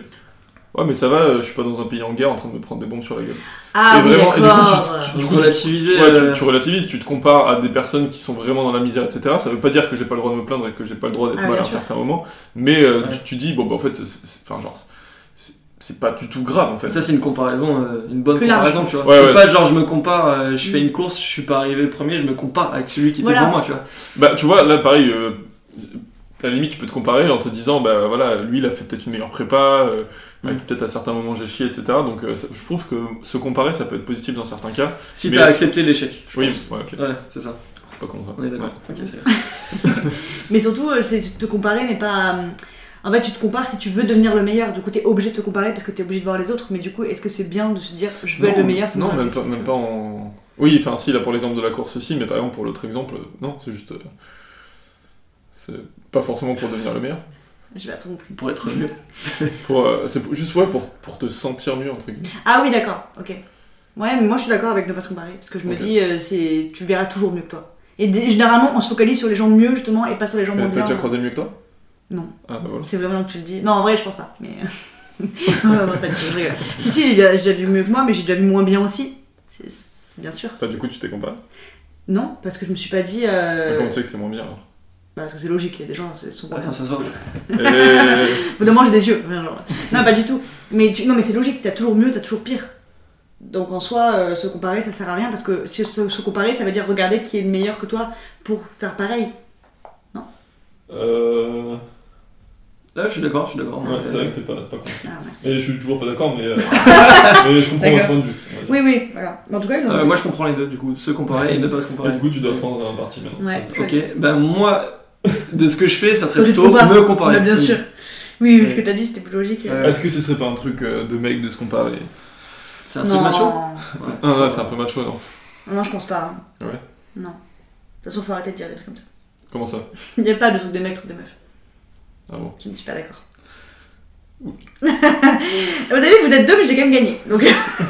ouais mais ça va, euh, je suis pas dans un pays en guerre en train de me prendre des bombes sur la gueule.
Ah
et
oui,
vraiment, et du coup,
d'accord.
tu- tu- du
Donc
coup, tu-
relativiser.
Ouais,
euh,
tu, tu relativises, tu te compares à des personnes qui sont vraiment dans la misère, etc. Ça veut pas dire que j'ai pas le droit de me plaindre et que j'ai pas le droit d'être
Ah,
mal
bien
à un
sûr.
certain moment, mais euh,
Ouais.
tu, tu dis, bon, bah en fait, c'est- c'est- enfin, genre, c'est- c'est pas du tout grave en fait.
Ça, c'est une comparaison, euh, une bonne
Plus large.
comparaison, tu vois.
Ouais,
c'est
ouais.
pas genre je me compare, euh, je fais
Mm.
une course, je suis pas arrivé premier, je me compare avec celui qui
Voilà.
était devant moi, tu vois.
Bah, tu vois, là, pareil, euh, à la limite, tu peux te comparer en te disant, bah voilà, lui, il a fait peut-être une meilleure prépa, euh,
Mm.
avec peut-être à certains moments j'ai chié, etc. Donc, euh, ça- je trouve que se comparer, ça peut être positif dans certains cas.
Si
Mais-
t'as accepté l'échec, je
oui,
pense.
ouais, ok.
Ouais, c'est ça.
C'est pas comme ça.
On est d'accord.
Ouais.
Ok, c'est
Mais surtout, euh, c'est te comparer, mais pas. euh, En fait, tu te compares si tu veux devenir le meilleur. Du coup, t'es obligé de te comparer parce que t'es obligé de voir les autres. Mais du coup, est-ce que c'est bien de se dire je veux être le meilleur c'est
Non,
pas la
même pas,
question.
même pas en. Oui, enfin, si, là pour l'exemple de la course aussi, mais par exemple pour l'autre exemple, euh, non, c'est juste. euh, C'est pas forcément pour devenir le meilleur.
Je vais attendre non plus.
Pour être mieux.
Pour, euh, c'est pour- juste ouais, pour, pour te sentir mieux, entre guillemets.
Ah oui, d'accord, ok. Ouais, mais moi je suis d'accord avec ne pas se comparer. Parce que je me
Ok.
dis, euh, c'est tu verras toujours mieux que toi. Et dé- généralement, on se focalise sur les gens mieux justement et pas sur les gens moins
Euh, T'as
bien.
déjà croisé mieux que toi
Non.
Ah bah voilà.
C'est vraiment que tu le dis. Non, en vrai, je pense pas. Mais. <laughs> non, non, pas du tout, je rigole. Si, si, j'ai déjà- j'ai déjà vu mieux que moi, mais j'ai déjà vu moins bien aussi. C'est- C'est bien sûr.
Bah, du coup, tu t'es comparé.
Non, parce que je me suis pas dit.
Mais
euh,
Ah, Comment tu sais que c'est moins bien alors
bah, parce que c'est logique, les gens ils sont pas.
Attends, ça se voit.
Et- euh,
Au bout d'un moment, j'ai des yeux. Enfin, genre, Non, pas du tout. Mais tu- non, mais c'est logique, t'as toujours mieux, t'as toujours pire. Donc en soi, euh, se comparer, ça sert à rien parce que si se, se comparer, ça veut dire regarder qui est le meilleur que toi pour faire pareil.
Euh...
Là, Euh, je suis d'accord, je suis d'accord.
Ouais,
moi,
c'est
euh,
vrai que c'est pas, pas con.
Ah, merci.
Et je suis toujours pas d'accord, mais,
<laughs>
euh, mais je comprends votre
D'accord.
point de vue. Ouais.
Oui, oui, voilà. En tout cas, ils l'ont-
euh, moi, je comprends les deux, du coup, se comparer et ne pas se
Et
comparer.
du coup, tu dois prendre un parti maintenant.
Ouais.
Ok, ben moi, de ce que je fais, ça serait
Quand tu te
plutôt
compares.
me comparer. Euh,
Bah, bien sûr. Oui, oui,
Mais-
ce que t'as dit, c'était plus logique.
Ouais.
Est-ce que ce serait pas un truc euh, de mec de se comparer
C'est un truc macho.
Ah, non, c'est un peu macho, non
Non, je pense pas. hein.
Ouais.
Non. De toute façon, faut arrêter de dire des trucs comme ça. <laughs>
Comment ça
Il n'y a pas de truc de mec, truc de meuf.
Ah bon
Je ne suis pas d'accord. <laughs> vous avez vu, vous êtes deux, mais j'ai quand même gagné. Donc...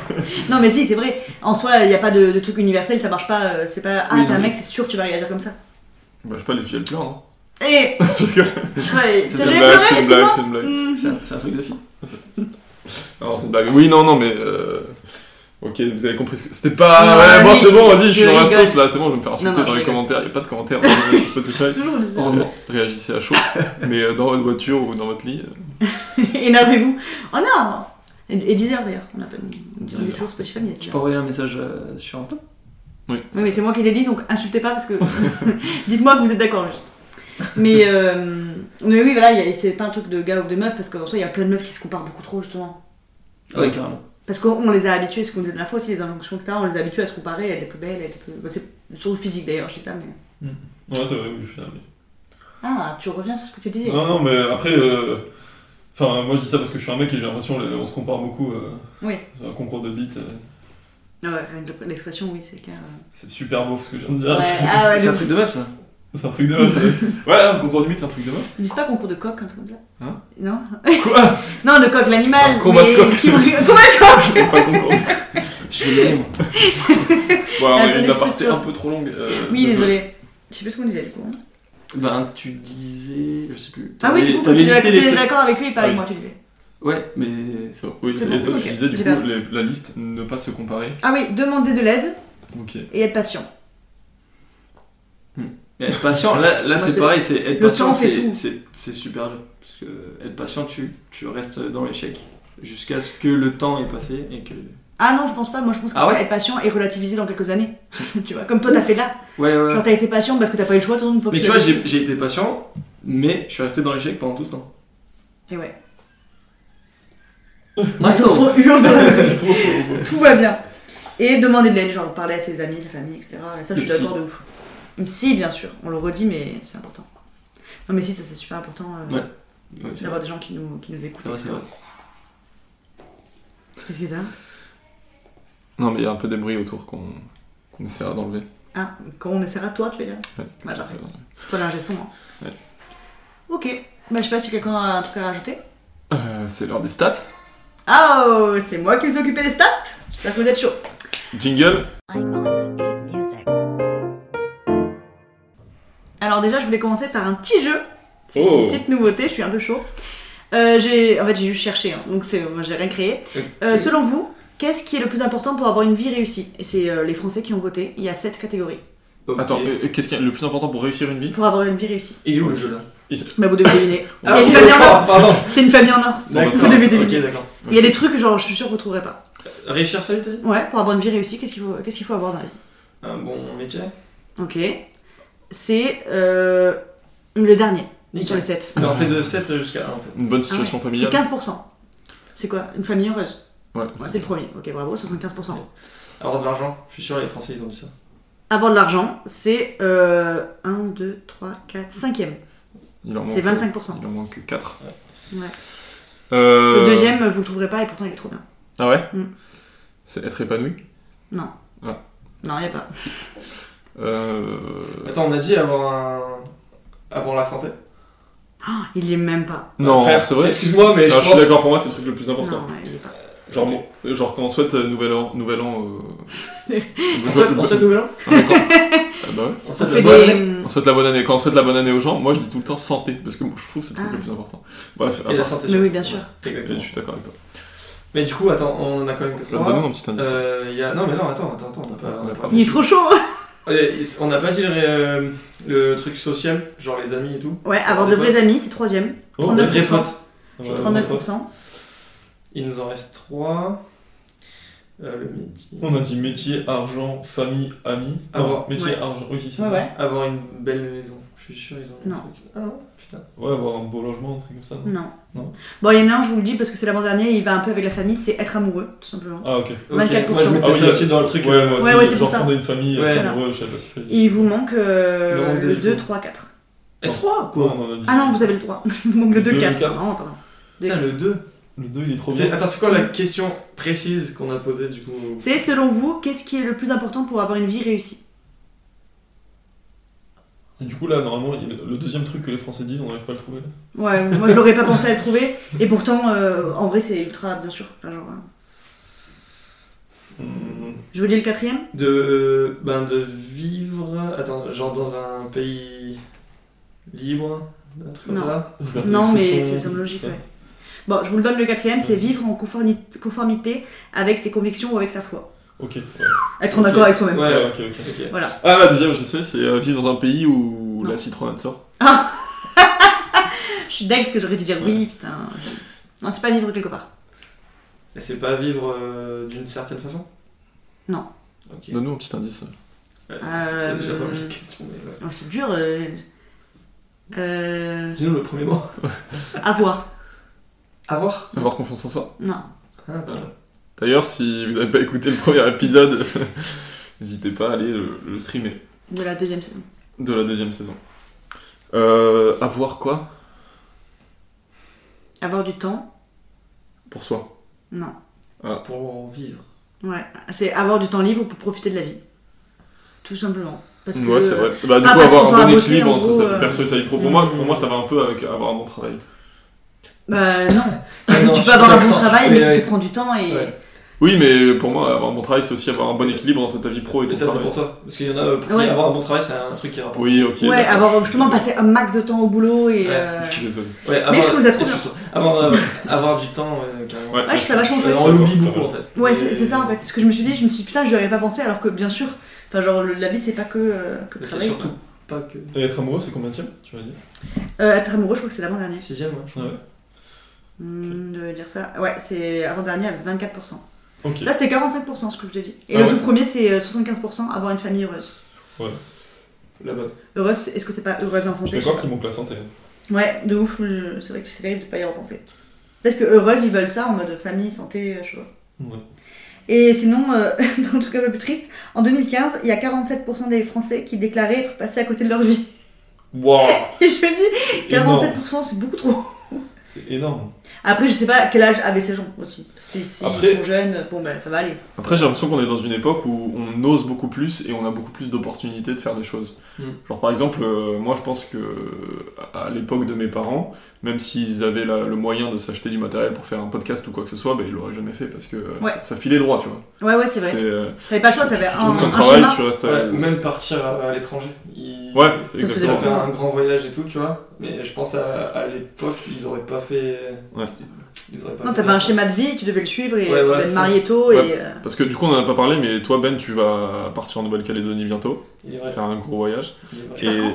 <laughs> non, mais si, c'est vrai. En soi, il n'y a pas de, de truc universel, ça marche pas. euh, C'est pas Ah,
Oui,
t'es un
non,
mec, c'est sûr que tu vas réagir
<laughs>
comme ça.
Bah, je sais pas, les filles, elles pleurent, non
Et. Eh, ouais,
Ça,
ça
c'est
devait
une
pleurer,
c'est une blague,
excuse-moi.
c'est une blague.
Mhm.
C'est un, c'est un truc de fille.
Alors, c'est une blague. Oui, non, non, mais. euh, Ok, vous avez compris ce que. C'était pas.
Non,
ouais, bon,
oui,
c'est bon, vas-y, je suis
je
dans la
rigole.
sauce là, c'est bon, je vais me faire insulter
Non, non,
dans
je
les
rigole.
commentaires. Il a pas de commentaires <laughs> dans le- sur Spotify.
Toujours le ça.
Heureusement, réagissez à chaud, mais euh, dans votre voiture ou dans votre lit. euh,
<laughs> Énervez-vous. Oh non Et, et 10 heures d'ailleurs, on appelle. On disait toujours Spotify, mais il y a 10
Tu
heures.
peux envoyer un message euh, sur Insta
Oui, mais c'est moi qui l'ai dit, donc insultez pas parce que. <laughs> Dites-moi que vous êtes d'accord. juste. Mais, euh, mais oui, voilà, il y a- c'est pas un truc de gars ou de meuf parce qu'en soi, il y a plein de meufs qui se comparent beaucoup trop justement.
Ah Ouais, carrément.
Parce qu'on les a habitués, ce qu'on disait de l'info aussi, les injonctions, etc., on les a habitués à se comparer, elle est plus belle, elle est plus. bon, c'est surtout physique d'ailleurs, je dis ça, mais.
Ouais, c'est vrai, oui, au final, mais-
Ah, tu reviens sur ce que tu disais.
Ah.
Non, non, mais après, euh, enfin, moi je dis ça parce que je suis un mec et j'ai l'impression euh, on se compare beaucoup. euh,
Oui.
sur un concours de beat, euh,
Ah ouais, rien que l'expression, oui, c'est clair.
c'est super beau ce que je viens de dire.
Ouais, ah ouais,
C'est un
donc,
truc de meuf, ça.
<laughs> c'est un truc de meuf. ouais, un concours de beat, c'est un truc de meuf.
Ils disent pas concours de coq, un truc comme ça
Hein
Non
Quoi
<laughs> Non, le coq, l'animal
Ah,
Un combat de
mais-
coq.
<laughs> Combat de
pas concours.
Je vais
<laughs>
gagner, moi.
Voilà, on
Ah,
a eu une
bah,
aparté
c'est
un peu trop longue. euh,
Oui,
désolé.
désolé. Je sais plus ce qu'on disait du coup. hein.
Ben, tu disais. Je sais plus.
Ah oui,
T'avais-
du coup, quand
t'avais
tu
listé les
étais
trucs.
d'accord avec lui et pas avec
Oui.
moi, tu disais.
Ouais,
<laughs>
mais.
Ça, Oui,
C'est
et
bon,
toi,
ok,
tu disais du
j'ai
coup
perdu.
les- la liste, ne pas se comparer.
Ah oui, demander de l'aide
Ok.
et être patient.
Être patient, là, là
Moi,
c'est
c'est-
pareil, c'est être
le
patient,
temps, c'est
c'est
tout.
c'est- c'est super dur. Parce que être patient, tu, tu restes dans l'échec jusqu'à ce que le temps est passé et que.
Ah non, je pense pas. Moi, je pense que
Ah
c'est
ouais
être patient et relativiser dans quelques années. <laughs> tu vois, comme toi, t'as fait là.
Ouais, ouais, ouais.
Genre, t'as été patient parce que t'as pas eu le choix, toi, une fois que
Mais tu
t'as-
vois, j'ai j'ai été patient, mais je suis resté dans l'échec pendant tout ce temps.
Et
<laughs>
ouais.
Non,
Ils sont trop hurlants.
<laughs>
Tout va bien. Et demander de l'aide, genre parler à ses amis, sa famille, etc. Et ça, je suis
Le psy.
d'accord de ouf. Si, bien sûr, on le redit, mais c'est important. Non, mais si, ça, c'est super important euh,
Ouais, Ouais, c'est vrai,
d'avoir des gens qui nous, qui nous écoutent.
c'est vrai, c'est vrai.
Qu'est-ce que t'as
Non, mais il y a un peu des bruits autour qu'on qu'on essaiera d'enlever.
Ah, quand on essaiera, toi, tu Bah, veux dire
Ouais.
Ouais, parfait. Toi, l'ingé son, hein.
Ouais.
Ok. Bah, je sais pas si quelqu'un a un truc à rajouter.
Euh, C'est l'heure des stats.
Ah, oh, c'est moi qui me suis occupé des stats J'espère que vous êtes chaud.
Jingle.
Icons 8 Music.
Alors déjà, je voulais commencer par un petit jeu. C'est
Oh.
une petite nouveauté, je suis un peu chaud. Euh, j'ai, en fait, j'ai juste cherché, hein, donc c'est, moi, j'ai rien créé. Euh, selon vous, qu'est-ce qui est le plus important pour avoir une vie réussie Et c'est euh, les Français qui ont voté. Il y a sept catégories
Ok.
Attends, euh, qu'est-ce qu'il y a le plus important pour réussir une vie
pour avoir une vie réussie.
il est où le jeu là
Bah vous devez deviner. <laughs> C'est
Ah,
une famille en or. <laughs>
pardon
C'est une famille en or.
D'accord,
Vous devez
ok,
deviner.
d'accord.
Il y a des trucs genre, je suis sûr que vous trouverez pas.
Euh, Réussir sa vie, t'as dit
Ouais, pour avoir une vie réussie, qu'est-ce qu'il faut, qu'est-ce qu'il faut avoir dans la vie
Un bon métier
Ok. C'est euh, le dernier sur
Nickel.
les sept. Hein
On fait de 7 jusqu'à 1 en fait.
Une bonne situation
Ah C'est
familiale.
15%. C'est quoi Une famille heureuse.
Ouais.
Ouais, c'est le premier. Ok, bravo, 75%.
Avoir de l'argent, je suis sûr les Français ils ont dit ça.
Ah avoir de l'argent, c'est euh, 1, 2, 3, 4, 5e.
Il en manque, euh,
C'est 25%.
Il en manque Euh, 4.
Ouais.
Euh.
Le deuxième, vous le trouverez pas et pourtant il est trop bien.
Ah ouais
Mm.
C'est être épanoui
Non.
Ah.
Non, y a pas.
Euh,
Attends, on a dit avoir un. avoir la santé
Ah, il y est même pas.
Non,
Frère,
c'est vrai.
Excuse-moi, mais
Alors,
je
je suis
pense.
d'accord, pour moi, c'est le truc le plus important.
Non, il y est pas.
Genre, bon, euh, genre quand on souhaite euh, nouvel an, nouvel an. euh,
<laughs>
On souhaite, on souhaite nouvel an
<laughs> Ah, d'accord. Ah, bah ouais.
On
On
souhaite
fait
la bonne année
des. hum,
On souhaite la bonne année. Quand on souhaite la bonne année aux gens, moi je dis tout le temps santé parce que moi, je trouve que c'est le truc
Ah.
le plus important. Bref, à
Et la
part-
santé
Mais oui,
surtout.
bien sûr.
je
Exactement.
suis d'accord avec toi.
Mais du coup, attends, on en a quand même
Je vais te donner
3.
un petit indice.
Euh, y a... Non, mais non, attends, attends, attends, on n'a pas. on n'a pas-
Il est trop chaud.
Ouais, On n'a pas dit le, ré- euh, le truc social, genre les amis et tout.
Ouais, avoir
Des
de vrais
potes.
amis, c'est troisième.
Oh, les vrais
39%.
potes.
Ouais,
Euh,
39%.
Il nous en reste 3. le midi.
On a dit métier, argent, famille, ami.
Ah
Non,
bon,
métier,
ouais.
argent, oui, si, c'est
Ouais,
ça.
ouais.
Avoir une belle maison. Je suis sûr, ils ont mis
Non.
un truc. Ah non, putain.
Ouais, avoir un beau logement, un truc comme ça. non
Non.
Non.
Bon, il y en a un, je vous le dis parce que c'est l'avant-dernier, il va un peu avec la famille, c'est être amoureux, tout simplement.
Ah, ok.
Ok,
24%.
Moi, je mettais
Ah oui,
ça
euh,
aussi dans le truc.
Ouais,
euh,
moi aussi,
ouais, ouais, c'est
genre
pour ça.
fonder une famille,
Ouais.
ouais, amoureux, je sais pas si je
Et il vous manque euh,
Il nous manque des
le
chevaux.
2, 3, 4.
Et
Quoi,
3 quoi
on en a dit.
Ah non, vous avez le 3. <laughs> il vous manque le 2, le
Le
4.
quatre.
Pardon, pardon. Deux,
Putain,
quatre.
le 2.
Le 2, il est trop
C'est-
bien.
Attends, c'est quoi la question précise qu'on a posée du coup
C'est selon vous, qu'est-ce qui est le plus important pour avoir une vie réussie
Et du coup, là, normalement, il- le deuxième truc que les Français disent, on n'arrive pas à le trouver. là.
<laughs> Ouais, moi je l'aurais pas pensé à le trouver, et pourtant, euh, en vrai, c'est ultra, bien sûr. Enfin, genre, euh, je vous dis le quatrième
De. Ben, de vivre. Attends, genre dans un pays libre Un truc comme
Non.
ça
Liberté
Non, mais
d'expression,
c'est ça me logique,
ça.
ouais. Bon, je vous le donne le quatrième, c'est
Vas-y.
vivre en conformi- conformité avec ses convictions ou avec sa foi.
Ok, ouais.
Être en
Ok.
accord avec soi-même.
Ouais,
Ouais,
ouais.
ok, ok.
Ok.
Ah, la deuxième, je sais, c'est euh, vivre dans un pays où
Non.
la citronnade sort.
Je suis dingue parce que j'aurais dû dire oui, putain. Non, c'est pas vivre quelque part.
Et c'est pas vivre euh, d'une certaine façon
Non.
Ok.
Donne-nous un petit indice.
Ouais.
Euh,
C'est déjà pas mal de questions, mais ouais.
oh, c'est dur. Euh... euh,
Dis-nous le premier mot.
Avoir.
Avoir
Avoir confiance en soi.
Non.
Ah, bah,
D'ailleurs, si vous n'avez pas écouté le premier épisode, <laughs> n'hésitez pas à aller le, le streamer
De la deuxième saison.
de la deuxième saison. Euh, avoir quoi
Avoir du temps.
pour soi
Non.
Pour vivre.
Ouais. C'est avoir du temps libre pour profiter de la vie. Tout simplement. Parce que. Ah,
Ouais, c'est vrai. Bah, du
pas
coup,
passer
avoir
son temps
un
à
bon
bosser,
équilibre
en
entre
gros,
sa
euh,
vie perso et sa vie pro. Pour,
Mm.
moi, pour moi, ça va un peu avec avoir un bon travail.
Bah
<laughs>
non. Parce que
Ah non,
tu
je suis
peux avoir un bon
d'accord.
travail, mais,
Mais
qui
ouais.
te prend du temps et.
Ouais.
Oui, mais pour moi, avoir un bon travail, c'est aussi avoir un bon
Mais ça-
équilibre entre ta vie pro et ton
Et ça, c'est
travail.
pour toi. Parce qu'il y en a euh, pour qui
Ouais.
avoir un bon travail, c'est un truc qui rapporte.
Oui, ok.
Ouais,
d'accord, je
avoir
suis
justement
désolé.
passer un max de temps au boulot et.
Ouais,
euh,
Je suis désolé.
Ouais,
Mais je trouve ça trop bien.
excuse-moi. Avoir, euh, <laughs> ouais, avoir du temps, ouais, carrément.
Ouais,
Ouais.
je trouve ça vachement
Euh,
chouette.
on l'oublie
C'est
beaucoup
vrai.
en fait.
Ouais,
Et-
c'est c'est ça en fait. C'est ce que je me suis dit. Je me suis dit putain, j'aurais pas pensé alors que bien sûr. Enfin, genre, le- la vie c'est pas que. euh, que
Mais c'est
travail,
surtout
quoi.
pas que.
Et être amoureux, c'est combien de tiens Tu m'as dit
Euh, être amoureux, je crois que c'est l'avant-dernier.
Sixième, ouais, je crois.
Ouais.
Hmm, de dire ça. Ouais, c'est avant-dernier à 24%.
Ok.
Ça, c'était 45% ce que je t'ai dit. Et
Ah
le
ouais.
tout premier, c'est euh, 75% avoir une famille heureuse.
La base.
Heureuse, c'est- est-ce que c'est pas heureuse en
Je suis
santé je
d'accord
sais
qu'il manque la santé.
pas. Ouais, de ouf, je- c'est vrai que c'est terrible de pas y repenser. Peut-être que heureuse, ils veulent ça en mode famille, santé, euh, je sais pas.
Ouais.
Et sinon, euh, <laughs> dans le truc un peu plus triste, en 2015, il y a 47% des Français qui déclaraient être passés à côté de leur vie.
Waouh
<laughs> Et je me dis,
Énorme.
47%, c'est beaucoup trop.
C'est énorme.
Après, je sais pas quel âge avaient ces gens aussi. Si, si
Après-
ils sont jeunes, bon ben ça va aller.
Après, j'ai l'impression qu'on est dans une époque où on ose beaucoup plus et on a beaucoup plus d'opportunités de faire des choses.
Mm.
Genre, par exemple, euh, moi je pense que euh, à l'époque de mes parents, même s'ils avaient la- le moyen de s'acheter du matériel pour faire un podcast ou quoi que ce soit, bah, ils l'auraient jamais fait parce que euh,
Ouais.
ça, ça filait droit, tu vois.
Ouais, ouais, c'est vrai.
T'es, euh,
T'avais pas le
tu,
choix,
tu-
t'avais
tu
un,
trouves ton
un
travail,
schéma.
tu restes à-
Ouais, ou même partir à, à l'étranger. Ils...
Ouais,
Ça,
c'est
c'est
Ils ont
exactement.
fait un grand voyage et tout, tu vois. Mais je pense à, à l'époque, ils auraient pas fait.
Ouais.
Ils auraient pas
Non,
fait
t'avais
ça,
un
je
schéma de vie, tu devais le suivre et
Ouais,
tu
voilà,
devais te
c'est
marier tôt.
Ouais.
Et, euh,
Parce que du coup, on en a pas parlé, mais toi, Ben, tu vas partir en Nouvelle-Calédonie bientôt,
pense. Il est vrai.
faire un gros voyage.
il est vrai.
Et,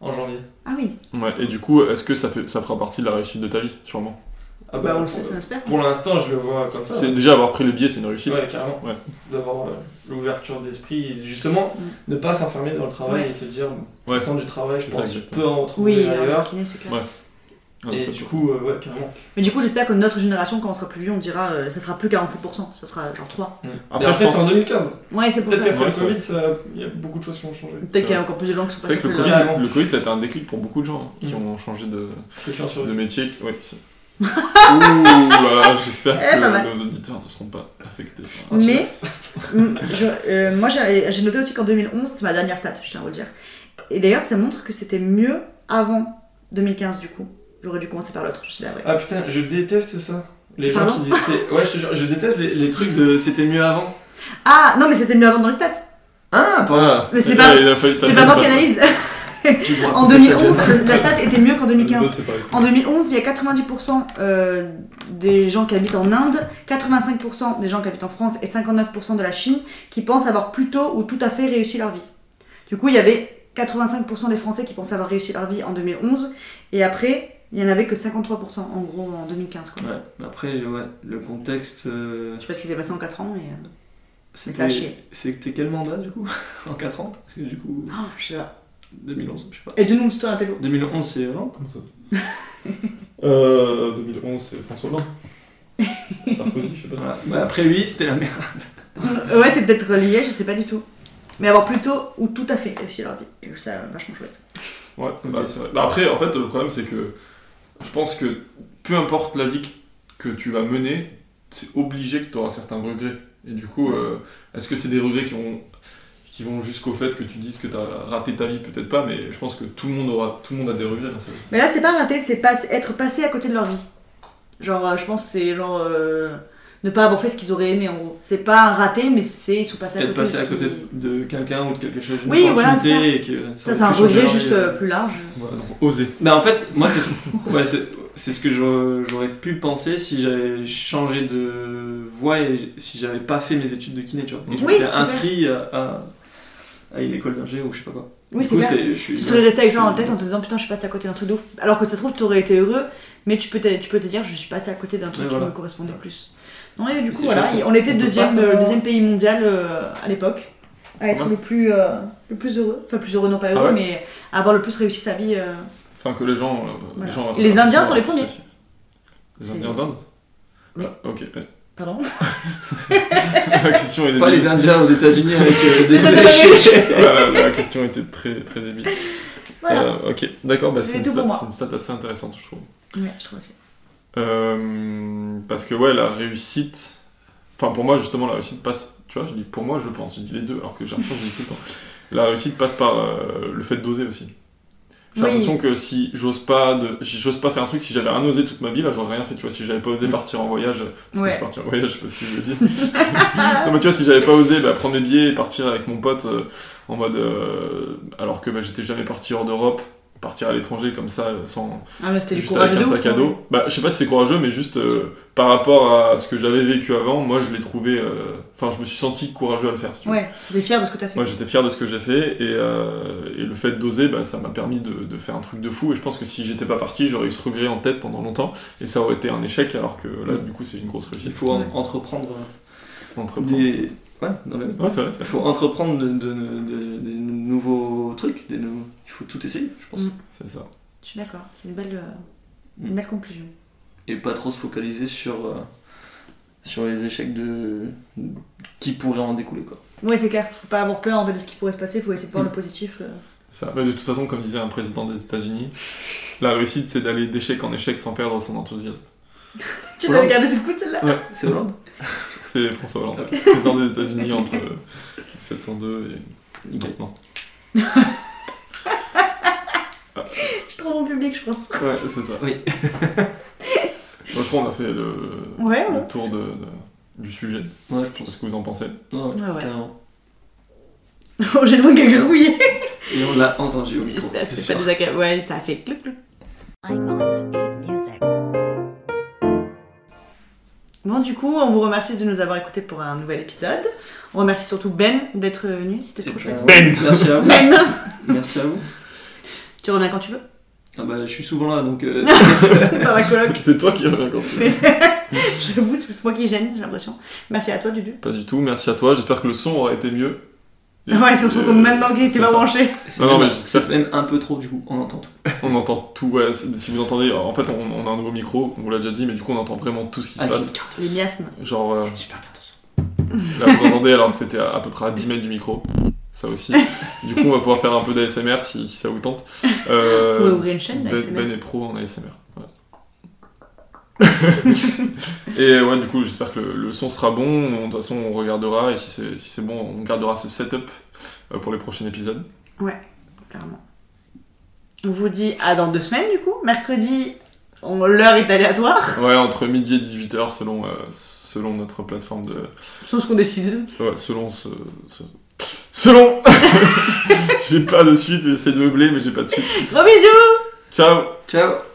En janvier.
Ah oui,
ouais, et du coup, est-ce que ça, fait, ça fera partie de la réussite de ta vie, sûrement
Ah
bah, on le
pour,
sait, on espère.
pour l'instant, je le vois comme ça.
C'est Déjà, avoir pris le billet, c'est une réussite.
Ouais, carrément.
Ouais.
D'avoir euh, l'ouverture d'esprit et justement
Mm.
ne pas s'enfermer dans le travail
Ouais.
et se dire,
Ouais.
sans du travail, je
C'est ça,
pense que je
exactement.
peux en retrouver
Oui, un
ailleurs.
kiné, c'est clair.
Ouais. Ah,
et
c'est pas
du
sûr.
coup, euh, ouais, carrément.
Mais du coup, j'espère que notre génération, quand on sera plus vieux, on dira euh, ça sera plus 47%, ça sera genre 3.
Après,
Après,
je
après c'était en
pense...
2015.
Ouais, c'est pour ça.
Peut-être qu'après
Ouais,
le
c'est
Covid, ça- il y a beaucoup de choses qui ont changé.
Peut-être qu'il y a encore plus de gens qui sont
C'est
passés
vrai que le
plus
Covid,
loin.
Carrément.
le Covid, ça a été un déclic pour beaucoup de gens hein, qui
Mm.
ont changé de,
Ceux qui ont
de
survécu.
métier. Ouais,
<laughs>
c'est- Ouh là là, j'espère
Eh, pas mal.
que nos auditeurs ne seront pas affectés. Ah, par un
Mais
silence.
mm, je- euh, moi, j'avais- j'ai noté aussi qu'en 2011, c'est ma dernière stat, je tiens à vous le dire. Et d'ailleurs, ça montre que c'était mieux avant 2015, du coup. J'aurais dû commencer par l'autre, je suis d'avril.
Ah putain, je déteste ça. Les gens
Pardon
qui disent. c'est- Ouais, je te jure, je déteste les, les trucs de c'était mieux
<laughs>
avant.
Ah non, mais c'était mieux avant dans les stats.
Ah,
Ah,
Mais c'est
il
pas-
a- il a failli
C'est pas
s'appeler
moi qui
Papa.
analyse.
tu pourras
En
couper ça,
2011,
John.
la stat était mieux qu'en 2015.
c'est pareil.
En 2011, il y a 90% euh, des gens qui habitent en Inde, 85% des gens qui habitent en France et 59% de la Chine qui pensent avoir plutôt ou tout à fait réussi leur vie. Du coup, il y avait 85% des Français qui pensaient avoir réussi leur vie en 2011 et après, il n'y en avait que 53% en gros en 2015. quoi.
Ouais, mais après, j'ai- ouais, le contexte. euh,
Je sais pas ce qui s'est passé en 4 ans, mais, euh, mais ça a
C'était
chier.
c'était quel mandat du coup <laughs> En 4 ans Parce que du coup,
Oh, je sais pas.
2011, je sais pas.
Et de nous, c'est toi la télé.
2011, c'est Hollande
Comment ça <laughs> Euh. 2011, c'est François Hollande.
<laughs>
Sarkozy, je sais pas.
Voilà. Ouais, Après lui, c'était la merde.
Euh, ouais, c'est peut-être lié, je sais pas du tout. Mais avoir plutôt ou tout à fait réussi leur vie. Et je trouve ça vachement chouette.
Ouais, bah, c'est vrai. Bah, après, en fait, le problème, c'est que je pense que peu importe la vie que que tu vas mener, c'est obligé que tu auras certains regrets. Et du coup, euh, est-ce que c'est des regrets qui vont, qui vont jusqu'au fait que tu dises que tu as raté ta vie Peut-être pas, mais je pense que tout le monde, aura, tout le monde a des regrets dans sa vie.
Mais là, c'est pas raté, c'est pas être passé à côté de leur vie. Genre, euh, je pense que c'est genre euh, ne pas avoir fait ce qu'ils auraient aimé en gros. C'est pas un raté, mais c'est ils sont passés à
Être
côté.
passé
de
à
ce
côté
qui-
de quelqu'un ou de quelque chose, d'une
Oui, voilà,
opportunité
ça.
et que
Ça,
ça,
c'est un
aurait pu changer
rejet
leur vie.
juste euh, plus large.
Voilà, donc oser.
Bah en fait,
<laughs>
moi c'est ouais, c'est- c'est ce que j'aurais j'aurais pu penser si j'avais changé de voie et si j'avais pas fait mes études de kiné, tu vois. Et je
Oui,
m'étais
c'est
inscrit à, à- à une école d'ingé ou je sais pas quoi.
Oui,
du
c'est
coup,
clair.
c'est je suis-
Tu serais resté avec
je
ça en
suis-
tête en te disant putain, je suis passé à côté d'un truc de ouf. Alors que ça se trouve, tu aurais été heureux, mais tu peux te, tu peux te dire je suis passé à côté d'un truc
Ouais,
qui
voilà,
me correspondait
ça.
plus. Non, et du
C'est
coup,
des
voilà,
choses qu'on-
on était
qu'on peut
deuxième,
pas
euh,
savoir.
deuxième pays mondial euh, à l'époque, à être le
bien.
plus, euh, le plus heureux. Enfin, plus heureux, non pas heureux,
ouais.
Ah
mais à avoir le plus réussi sa vie. euh,
Enfin, que les gens. euh,
Voilà.
les, gens
Les Indiens sont les
parce
premiers.
que- Les
C'est-
Indiens d'Inde Voilà, ok. <laughs> ouais.
Pardon
la question est
Pas les Indiens aux États-Unis avec
<laughs>
euh, des
Désolé.
déchets.
Voilà, la question était très, très débile.
Voilà.
Euh, ok, d'accord, bah,
C'est
c'est une,
tout pour
stat-
moi.
c'est une stat assez intéressante, je trouve.
Ouais, je trouve aussi.
Euh, parce que ouais, la réussite. Enfin, pour moi, justement, la réussite passe. Tu vois, je dis pour moi, je pense, je dis les deux, alors que j'ai l'impression que je dis tout le temps. La réussite passe par euh, le fait d'oser aussi. J'ai
Oui.
l'impression que si j'ose pas, de... si j'ose pas faire un truc, si j'avais rien osé toute ma vie, là, j'aurais rien fait. Tu vois, si j'avais pas osé partir en voyage, parce que je suis
Mm. Ouais.
parti en voyage, je sais pas si je le dis.
Ah.
non, mais tu vois, si j'avais pas osé bah, prendre mes billets et partir avec mon pote euh, en mode. euh, alors que bah, j'étais jamais parti hors d'Europe, partir à l'étranger comme ça, euh, sans,
Ah, mais c'était du
Juste avec
courage
un
de ouf,
sac à
hein.
dos. Bah, je sais pas si c'est courageux, mais juste euh, par rapport à ce que j'avais vécu avant, moi je l'ai trouvé. euh, Enfin, je me suis senti courageux à le faire. si tu veux.
Ouais, t'es fier de ce que t'as fait.
Moi j'étais fier de ce que j'ai fait et, euh, et le fait d'oser, bah, ça m'a permis de, de faire un truc de fou. Et je pense que si j'étais pas parti, j'aurais eu ce regret en tête pendant longtemps et ça aurait été un échec. Alors que là,
Mm.
du coup, c'est une grosse
Il
réussite.
faut en- entreprendre euh,
Entreprendre.
des. Ouais, non, mais-
Ouais, c'est vrai,
Il
c'est vrai.
faut entreprendre de, de- de- des nouveaux trucs, des nouveaux- il faut tout essayer, je pense.
Mm.
C'est ça.
Je suis d'accord, c'est une belle, euh,
Mm.
une belle conclusion.
Et pas trop se focaliser sur, euh, sur les échecs de qui pourraient en découler. Quoi.
Ouais, c'est clair, faut pas avoir peur en fait de ce qui pourrait se passer, faut essayer de voir
Mm.
le positif. euh.
Ça. Bah, de toute façon, comme disait un président des États-Unis, la réussite c'est d'aller d'échec en échec sans perdre son enthousiasme.
<laughs> Tu
Oula.
l'avais gardé sous le coude celle-là
C'est Hollande
C'est François Hollande, président des États-Unis entre euh, 702 et
Nickel.
maintenant.
Je trouve mon public, je pense.
Ouais, c'est ça.
Oui.
<laughs> Moi, je crois qu'on a fait le,
Ouais, ouais.
le tour de, de- du sujet.
Ouais,
Je
je
sais pas
pense.
ce que vous en pensez.
Non,
Ouais, ouais.
carrément.
Oh, <laughs> j'ai le voix qui a grouillé. <laughs>
Et on l'a entendu au micro.
J'espère que
c'est
c'est pas
sûr.
désagréable. Ouais, ça a fait clou clou.
Icons 8 Music.
Bon, du coup, on vous remercie de nous avoir écoutés pour un nouvel épisode. On remercie surtout Ben d'être venu, c'était
Et
trop chouette.
ben, Merci à vous.
Ben
Merci à vous.
Tu reviens quand tu veux
Ah bah, je suis souvent là, donc euh,
Par la coloc.
C'est toi qui reviens quand tu veux.
Mais- <laughs> J'avoue, c'est moi qui gêne, j'ai l'impression. Merci à toi, Dudu.
Pas du tout, merci à toi. J'espère que le son aura été mieux.
Ouais, c'est surtout
Euh,
comme maintenant qu'il
c'est
était pas
ça.
branché.
C'est
Non, non,
même-
mais
c'est même un peu trop du coup, on entend tout.
On entend tout, ouais, c'est- si vous entendez, en fait on, on a un nouveau micro, on vous l'a déjà dit, mais du coup on entend vraiment tout ce qui se
Ah,
passe.
Les miasmes.
Genre, euh,
Super carte.
là vous entendez alors que c'était à, à peu près à 10 mètres du micro, ça aussi. Du coup on va pouvoir faire un peu d'ASMR si, si ça vous tente. Euh,
Vous pouvez ouvrir une chaîne, là,
ben,
c'est
Ben
bien.
est pro en ASMR. ouais. et ouais, <laughs> du coup, j'espère que le, le son sera bon. De toute façon, on regardera et si c'est si c'est bon, on gardera ce setup euh, pour les prochains épisodes.
Clairement. On vous dit à dans deux semaines, du coup. Mercredi, on- l'heure est aléatoire.
Ouais, entre midi et 18h selon, euh, selon notre plateforme de,
Sauf ce qu'on décide.
Ouais, selon ce. ce- Selon <laughs> J'ai pas de suite, j'essaie de meubler, mais j'ai pas de suite.
Gros bisous
Ciao
Ciao